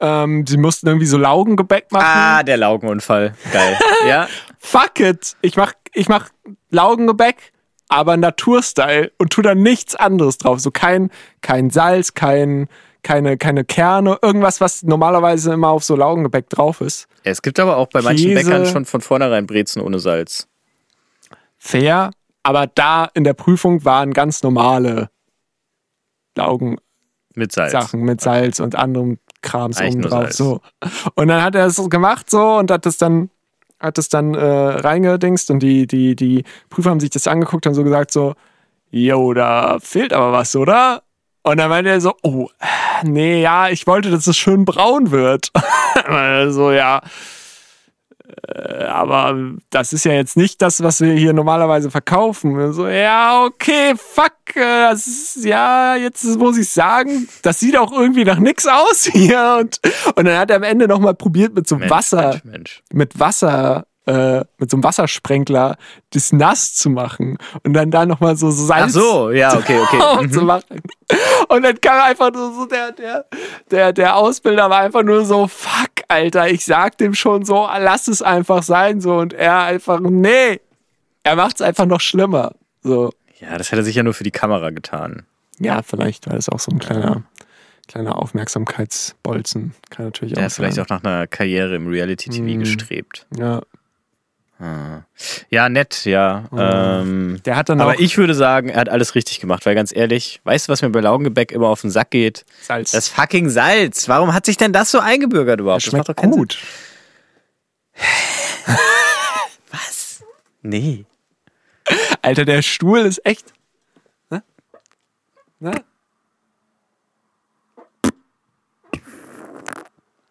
[SPEAKER 1] ähm, die mussten irgendwie so Laugengebäck machen.
[SPEAKER 2] Ah, der Laugenunfall. Geil. ja.
[SPEAKER 1] Fuck it! Ich mach, ich mach Laugengebäck, aber Naturstyle und tu da nichts anderes drauf. So kein, kein Salz, kein, keine, keine Kerne, irgendwas, was normalerweise immer auf so Laugengebäck drauf ist.
[SPEAKER 2] Es gibt aber auch bei manchen
[SPEAKER 1] Käse.
[SPEAKER 2] Bäckern schon von vornherein Brezen ohne Salz.
[SPEAKER 1] fair, aber da in der Prüfung waren ganz normale Laugensachen
[SPEAKER 2] Mit Salz.
[SPEAKER 1] mit Salz und anderem Krams
[SPEAKER 2] Eigentlich
[SPEAKER 1] oben
[SPEAKER 2] nur
[SPEAKER 1] drauf.
[SPEAKER 2] Salz.
[SPEAKER 1] So. Und dann hat er es so gemacht so und hat es dann hat es dann äh, reingedingst und die, die, die Prüfer haben sich das angeguckt und so gesagt so, yo, da fehlt aber was, oder? Und dann meinte er so, oh, äh, nee, ja, ich wollte, dass es schön braun wird. so, Also, ja, Äh, aber das ist ja jetzt nicht das, was wir hier normalerweise verkaufen. Und So, ja, okay, fuck, äh, das ist, ja, jetzt muss ich sagen, das sieht auch irgendwie nach nix aus hier. Und, und dann hat er am Ende nochmal probiert mit so
[SPEAKER 2] Mensch,
[SPEAKER 1] Wasser,
[SPEAKER 2] Mensch, Mensch.
[SPEAKER 1] mit Wasser, äh, mit so einem Wassersprenkler das nass zu machen und dann da nochmal so
[SPEAKER 2] Ach
[SPEAKER 1] Salz
[SPEAKER 2] so, ja, okay, okay.
[SPEAKER 1] zu machen. Und dann kam einfach nur so der, der, der, der Ausbilder war einfach nur so, fuck, Alter, ich sag dem schon so, lass es einfach sein, so. Und er einfach, nee, er macht's einfach noch schlimmer. So,
[SPEAKER 2] Ja, das hätte er sich ja nur für die Kamera getan.
[SPEAKER 1] ja, vielleicht war das auch so ein kleiner, kleiner Aufmerksamkeitsbolzen. Kann natürlich
[SPEAKER 2] Er
[SPEAKER 1] auch
[SPEAKER 2] hat vielleicht
[SPEAKER 1] sein.
[SPEAKER 2] auch nach einer Karriere im Reality-TV
[SPEAKER 1] Mhm.
[SPEAKER 2] gestrebt.
[SPEAKER 1] ja.
[SPEAKER 2] Ah. Ja, nett, ja. Ähm,
[SPEAKER 1] Der hat dann auch
[SPEAKER 2] aber ich würde sagen, er hat alles richtig gemacht, weil ganz ehrlich, weißt du, was mir bei Laugengebäck immer auf den Sack geht?
[SPEAKER 1] Salz.
[SPEAKER 2] Das fucking Salz. Warum hat sich denn das so eingebürgert überhaupt?
[SPEAKER 1] das schmeckt
[SPEAKER 2] macht doch keinen
[SPEAKER 1] gut.
[SPEAKER 2] Sinn. Nee.
[SPEAKER 1] Alter, der Stuhl ist echt. Ne? Ne?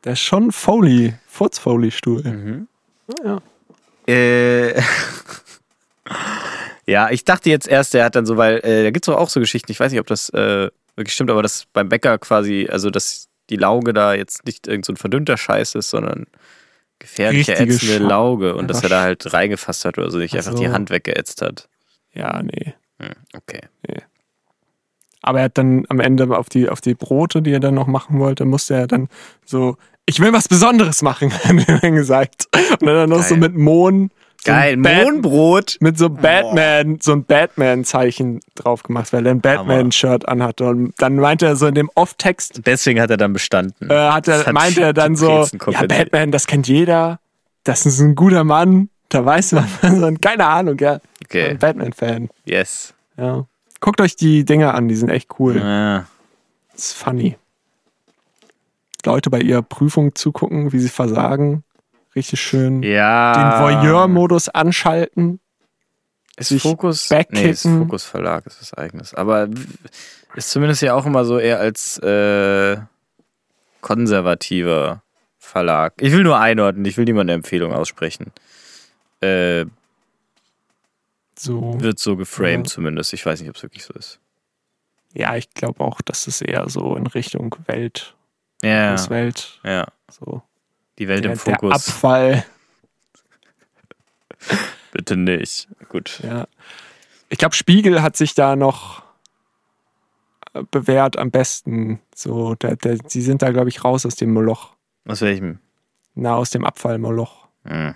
[SPEAKER 1] Der ist schon Foley, Furz-Foley-Stuhl.
[SPEAKER 2] Mhm. Äh, ja, ich dachte jetzt erst, der hat dann so, weil äh, da gibt's doch auch so Geschichten, ich weiß nicht, ob das äh, wirklich stimmt, aber dass beim Bäcker quasi, also dass die Lauge da jetzt nicht irgend so ein verdünnter Scheiß ist, sondern gefährliche,
[SPEAKER 1] Richtige
[SPEAKER 2] ätzende
[SPEAKER 1] Scha-
[SPEAKER 2] Lauge und dass er
[SPEAKER 1] Einfach
[SPEAKER 2] da halt reingefasst hat oder so, nicht
[SPEAKER 1] Ach
[SPEAKER 2] einfach
[SPEAKER 1] so.
[SPEAKER 2] die Hand weggeätzt hat.
[SPEAKER 1] Ja, nee.
[SPEAKER 2] Hm, okay.
[SPEAKER 1] Aber er hat dann am Ende auf die, auf die Brote, die er dann noch machen wollte, musste er dann so, ich will was Besonderes machen, hat er dann gesagt. Und dann noch so
[SPEAKER 2] Geil.
[SPEAKER 1] mit Mohn. So ein
[SPEAKER 2] Geil,
[SPEAKER 1] Bat-
[SPEAKER 2] Mohnbrot.
[SPEAKER 1] Mit so Batman, so ein Batman-Zeichen drauf gemacht, weil er ein Batman-Shirt anhatte. Und dann meinte er so in dem Off-Text,
[SPEAKER 2] Deswegen hat er dann bestanden.
[SPEAKER 1] äh, hat
[SPEAKER 2] Das
[SPEAKER 1] er,
[SPEAKER 2] hat
[SPEAKER 1] meinte er dann
[SPEAKER 2] die
[SPEAKER 1] so,
[SPEAKER 2] Brezen
[SPEAKER 1] ja,
[SPEAKER 2] kompensiert.
[SPEAKER 1] Batman, das kennt jeder, das ist ein guter Mann, da weiß man, also, keine Ahnung, ja.
[SPEAKER 2] Okay.
[SPEAKER 1] Ein Batman-Fan,
[SPEAKER 2] Yes.
[SPEAKER 1] ja. Guckt euch die Dinger an, die sind echt cool.
[SPEAKER 2] Ah,
[SPEAKER 1] Das ist funny. Leute bei ihrer Prüfung zugucken, wie sie versagen. Richtig schön. Den
[SPEAKER 2] ja.
[SPEAKER 1] Voyeur-Modus anschalten.
[SPEAKER 2] Ist
[SPEAKER 1] sich
[SPEAKER 2] Fokus,
[SPEAKER 1] backkicken.
[SPEAKER 2] nee, ist Fokus Verlag, ist was eigenes. Aber w- ist zumindest ja auch immer so eher als äh, konservativer Verlag. Ich will nur einordnen, ich will niemandem eine Empfehlung aussprechen. Äh,
[SPEAKER 1] So.
[SPEAKER 2] wird so geframed
[SPEAKER 1] Ja.
[SPEAKER 2] zumindest. Ich weiß nicht, ob es wirklich so ist.
[SPEAKER 1] Ja, ich glaube auch, dass es eher so in Richtung Welt,
[SPEAKER 2] Ja,
[SPEAKER 1] Großwelt,
[SPEAKER 2] ja.
[SPEAKER 1] so.
[SPEAKER 2] Die Welt
[SPEAKER 1] Der,
[SPEAKER 2] im
[SPEAKER 1] der
[SPEAKER 2] Fokus.
[SPEAKER 1] Abfall.
[SPEAKER 2] Bitte nicht. Gut.
[SPEAKER 1] Ja. Ich glaube, Spiegel hat sich da noch äh, bewährt am besten. So, da, da, die sind da, glaube ich, raus aus dem Moloch.
[SPEAKER 2] Aus welchem?
[SPEAKER 1] Na, aus dem Abfallmoloch.
[SPEAKER 2] Hm.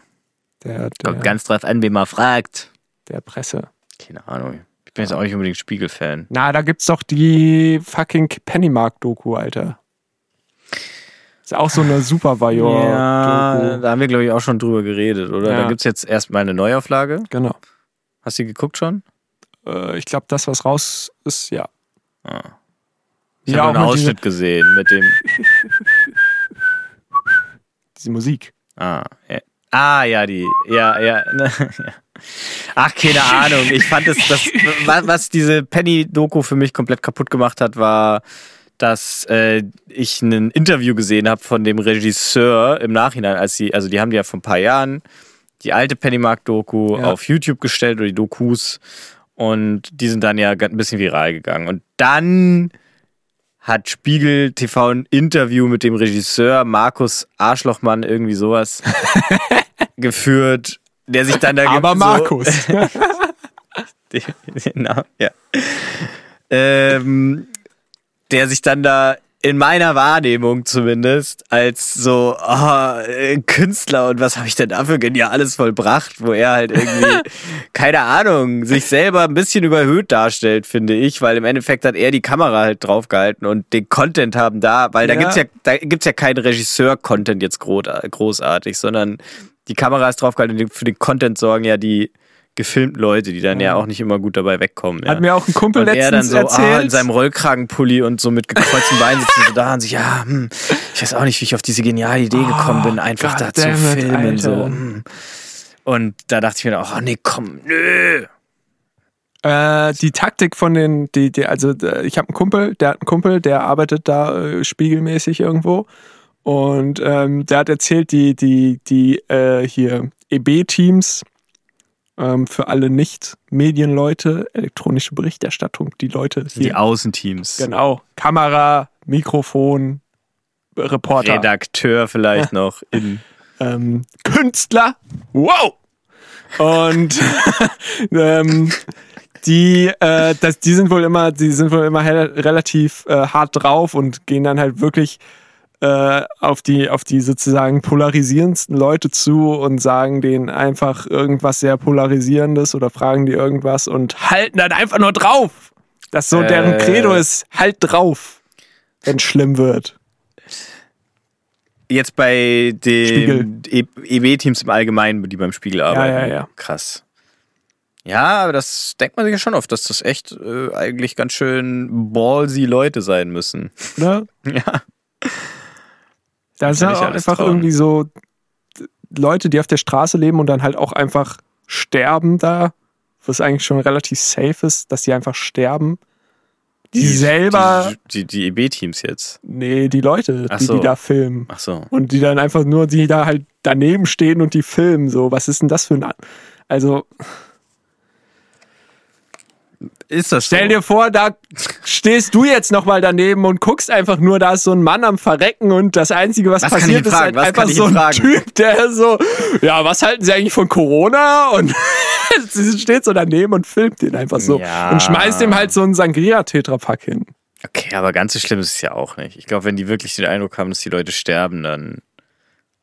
[SPEAKER 1] Der,
[SPEAKER 2] Kommt
[SPEAKER 1] der,
[SPEAKER 2] ganz drauf an, wen man fragt.
[SPEAKER 1] der Presse.
[SPEAKER 2] Keine Ahnung. Ich bin jetzt auch nicht unbedingt Spiegel-Fan.
[SPEAKER 1] Na, da gibt's doch die fucking Pennymark-Doku, Alter. Ist auch so eine Super
[SPEAKER 2] Ja,
[SPEAKER 1] Vajor-Doku.
[SPEAKER 2] da haben wir, glaube ich, auch schon drüber geredet, oder?
[SPEAKER 1] Ja.
[SPEAKER 2] Da gibt es jetzt erstmal eine Neuauflage.
[SPEAKER 1] Genau.
[SPEAKER 2] Hast du die geguckt schon?
[SPEAKER 1] Äh, ich glaube, das, was raus ist, ja.
[SPEAKER 2] Ich
[SPEAKER 1] Ja,
[SPEAKER 2] habe
[SPEAKER 1] auch
[SPEAKER 2] nur einen
[SPEAKER 1] mit dieser-
[SPEAKER 2] Ausschnitt gesehen mit dem.
[SPEAKER 1] Diese Musik.
[SPEAKER 2] Ah, ja. Ah, ja, die. Ja, ja. ne, ja. Ach, keine Ahnung. Ich fand es, das, wa- was diese Penny-Doku für mich komplett kaputt gemacht hat, war dass äh, ich ein Interview gesehen habe von dem Regisseur im Nachhinein, als sie, also die haben die ja vor ein paar Jahren die alte Pennymark-Doku
[SPEAKER 1] Ja.
[SPEAKER 2] auf YouTube gestellt oder die Dokus und die sind dann ja ein bisschen viral gegangen. Und dann hat Spiegel TV ein Interview mit dem Regisseur Markus Arschlochmann irgendwie sowas geführt, der sich dann da ge-
[SPEAKER 1] Aber
[SPEAKER 2] so-
[SPEAKER 1] Markus.
[SPEAKER 2] den, den Namen, ja. Ähm, der sich dann da in meiner Wahrnehmung zumindest als so ah, äh, Künstler und was habe ich denn dafür geniales vollbracht, wo er halt irgendwie, keine Ahnung, sich selber ein bisschen überhöht darstellt, finde ich, weil im Endeffekt hat er die Kamera halt draufgehalten und den Content haben da, weil da
[SPEAKER 1] Ja.
[SPEAKER 2] gibt's ja, da gibt's ja keinen Regisseur-Content jetzt gro- großartig, sondern die Kamera ist draufgehalten und für den Content sorgen ja die gefilmten Leute, die dann ja auch nicht immer gut dabei wegkommen. Ja.
[SPEAKER 1] Hat mir auch ein Kumpel
[SPEAKER 2] Und er dann
[SPEAKER 1] letztens
[SPEAKER 2] so Ah, in
[SPEAKER 1] erzählt.
[SPEAKER 2] seinem Rollkragenpulli und so mit gekreuzten Beinen sitzt und so da und sich, ja, hm, ich weiß auch nicht, wie ich auf diese geniale Idee gekommen bin, einfach
[SPEAKER 1] Oh, God
[SPEAKER 2] da zu
[SPEAKER 1] damn it,
[SPEAKER 2] filmen. So.
[SPEAKER 1] Alter.
[SPEAKER 2] hm. Und da dachte ich mir, auch, oh nee, komm, nö.
[SPEAKER 1] Äh, die Taktik von den, die, die, also äh, ich habe einen Kumpel, der hat einen Kumpel, der arbeitet da äh, spiegelmäßig irgendwo. Und ähm, der hat erzählt, die, die, die äh, hier EB-Teams ähm, für alle Nicht-Medienleute, elektronische Berichterstattung, die Leute
[SPEAKER 2] Die
[SPEAKER 1] hier.
[SPEAKER 2] Außenteams.
[SPEAKER 1] Genau. Kamera, Mikrofon, Reporter.
[SPEAKER 2] Redakteur vielleicht noch in.
[SPEAKER 1] ähm, Künstler. Wow! Und ähm, die, äh, das, die sind wohl immer, die sind wohl immer hell, relativ äh, hart drauf und gehen dann halt wirklich äh, auf die, auf die sozusagen polarisierendsten Leute zu und sagen denen einfach irgendwas sehr polarisierendes oder fragen die irgendwas und halten dann einfach nur drauf. Das so deren
[SPEAKER 2] Äh.
[SPEAKER 1] Credo ist, halt drauf, wenn schlimm wird.
[SPEAKER 2] Jetzt bei den
[SPEAKER 1] Spiegel.
[SPEAKER 2] e EB-Teams im Allgemeinen, die beim Spiegel arbeiten.
[SPEAKER 1] ja, ja.
[SPEAKER 2] Krass. Ja, aber das denkt man sich ja schon oft, dass das echt äh, eigentlich ganz schön ballsy Leute sein müssen.
[SPEAKER 1] Ne?
[SPEAKER 2] Ja.
[SPEAKER 1] Da sind
[SPEAKER 2] Kann ich
[SPEAKER 1] auch
[SPEAKER 2] alles
[SPEAKER 1] einfach
[SPEAKER 2] trauen.
[SPEAKER 1] irgendwie so Leute, die auf der Straße leben und dann halt auch einfach sterben da, was eigentlich schon relativ safe ist, dass die einfach sterben. Die, selber,
[SPEAKER 2] Die, die, die EB-Teams jetzt.
[SPEAKER 1] nee, die Leute,
[SPEAKER 2] Ach
[SPEAKER 1] die,
[SPEAKER 2] so.
[SPEAKER 1] die da filmen.
[SPEAKER 2] Ach so.
[SPEAKER 1] Und die dann einfach nur, die da halt daneben stehen und die filmen. So, was ist denn das für ein. An also,
[SPEAKER 2] Ist das
[SPEAKER 1] stell dir vor, da stehst du jetzt nochmal daneben und guckst einfach nur, da ist so ein Mann am Verrecken und das Einzige, was,
[SPEAKER 2] Was kann ich
[SPEAKER 1] passiert,
[SPEAKER 2] ihn
[SPEAKER 1] ist
[SPEAKER 2] fragen?
[SPEAKER 1] halt
[SPEAKER 2] Was
[SPEAKER 1] einfach
[SPEAKER 2] kann ich
[SPEAKER 1] so
[SPEAKER 2] ihn
[SPEAKER 1] ein
[SPEAKER 2] fragen?
[SPEAKER 1] Typ, der so, ja, was halten Sie eigentlich von Corona? Und sie steht so daneben und filmt den einfach so
[SPEAKER 2] Ja.
[SPEAKER 1] und schmeißt ihm halt so einen Sangria-Tetrapack hin.
[SPEAKER 2] Okay, aber ganz so schlimm ist es ja auch nicht. Ich glaube, wenn die wirklich den Eindruck haben, dass die Leute sterben, dann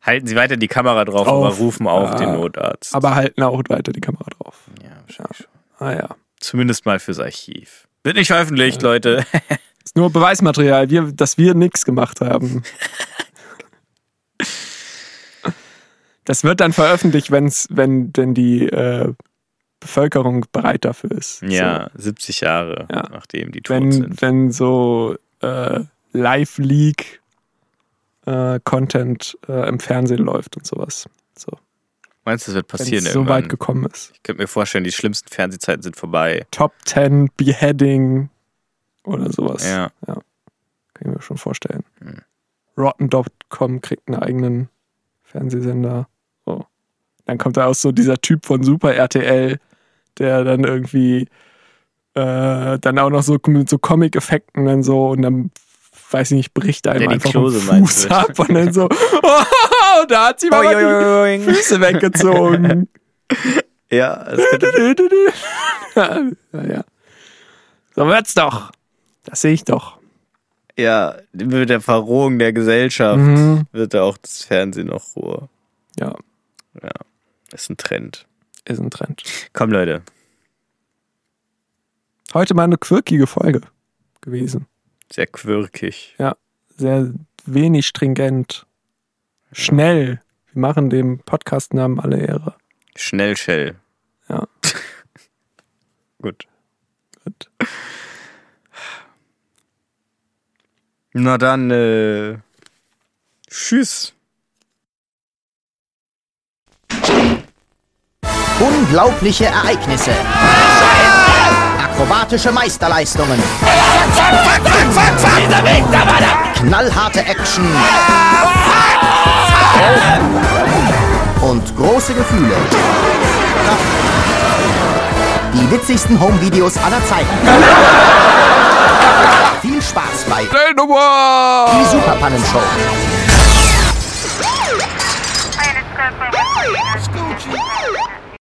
[SPEAKER 2] halten sie weiter die Kamera drauf,
[SPEAKER 1] Drauf.
[SPEAKER 2] aber rufen auch
[SPEAKER 1] Ja.
[SPEAKER 2] den Notarzt.
[SPEAKER 1] Aber halten auch weiter die Kamera drauf.
[SPEAKER 2] ja, wahrscheinlich schon.
[SPEAKER 1] Ah ja.
[SPEAKER 2] Zumindest mal fürs Archiv. Wird nicht veröffentlicht, Leute.
[SPEAKER 1] Ist nur Beweismaterial, wir, dass wir nichts gemacht haben. Das wird dann veröffentlicht, wenn's, wenn denn die äh, Bevölkerung bereit dafür ist.
[SPEAKER 2] Ja, 70 Jahre,
[SPEAKER 1] Ja.
[SPEAKER 2] nachdem die
[SPEAKER 1] So,
[SPEAKER 2] tot
[SPEAKER 1] wenn,
[SPEAKER 2] sind.
[SPEAKER 1] wenn so äh, Live-Leak-Content äh, im Fernsehen läuft und sowas. So,
[SPEAKER 2] Meinst du, das wird
[SPEAKER 1] wenn
[SPEAKER 2] passieren
[SPEAKER 1] es so weit
[SPEAKER 2] irgendwann?
[SPEAKER 1] gekommen ist.
[SPEAKER 2] Ich könnte mir vorstellen, die schlimmsten Fernsehzeiten sind vorbei.
[SPEAKER 1] Top 10 Beheading oder sowas.
[SPEAKER 2] Ja.
[SPEAKER 1] Kann ich mir schon vorstellen.
[SPEAKER 2] Hm.
[SPEAKER 1] Rotten.com kriegt einen eigenen Fernsehsender. So. Dann kommt da auch so dieser Typ von Super RTL, der dann irgendwie äh, dann auch noch so mit so Comic-Effekten dann so und dann weiß ich nicht, bricht einem
[SPEAKER 2] Danny
[SPEAKER 1] einfach
[SPEAKER 2] Klose
[SPEAKER 1] ein
[SPEAKER 2] meinst
[SPEAKER 1] Fuß
[SPEAKER 2] du?
[SPEAKER 1] ab und dann so, oh, da hat sie mal die Füße weggezogen.
[SPEAKER 2] Ja, das könnte
[SPEAKER 1] naja. So wird's doch. Das sehe ich doch.
[SPEAKER 2] Ja, mit der Verrohung der Gesellschaft
[SPEAKER 1] Mhm.
[SPEAKER 2] wird da auch das Fernsehen noch Ruhe.
[SPEAKER 1] Ja,
[SPEAKER 2] Ist ein Trend.
[SPEAKER 1] ist ein Trend.
[SPEAKER 2] Komm, Leute.
[SPEAKER 1] Heute mal eine quirkige Folge gewesen.
[SPEAKER 2] Sehr quirkig.
[SPEAKER 1] Sehr wenig stringent. Schnell. Wir machen dem Podcastnamen alle Ehre.
[SPEAKER 2] Schnell, Shell.
[SPEAKER 1] Ja.
[SPEAKER 2] Gut.
[SPEAKER 1] Gut.
[SPEAKER 2] Na dann, äh, tschüss.
[SPEAKER 3] Unglaubliche Ereignisse. akrobatische Meisterleistungen,
[SPEAKER 4] Dieser Weg, da war der
[SPEAKER 3] knallharte Action und große Gefühle. Die witzigsten Home-Videos aller Zeiten. Viel Spaß bei
[SPEAKER 1] Nummer!
[SPEAKER 3] Die Superpannenshow.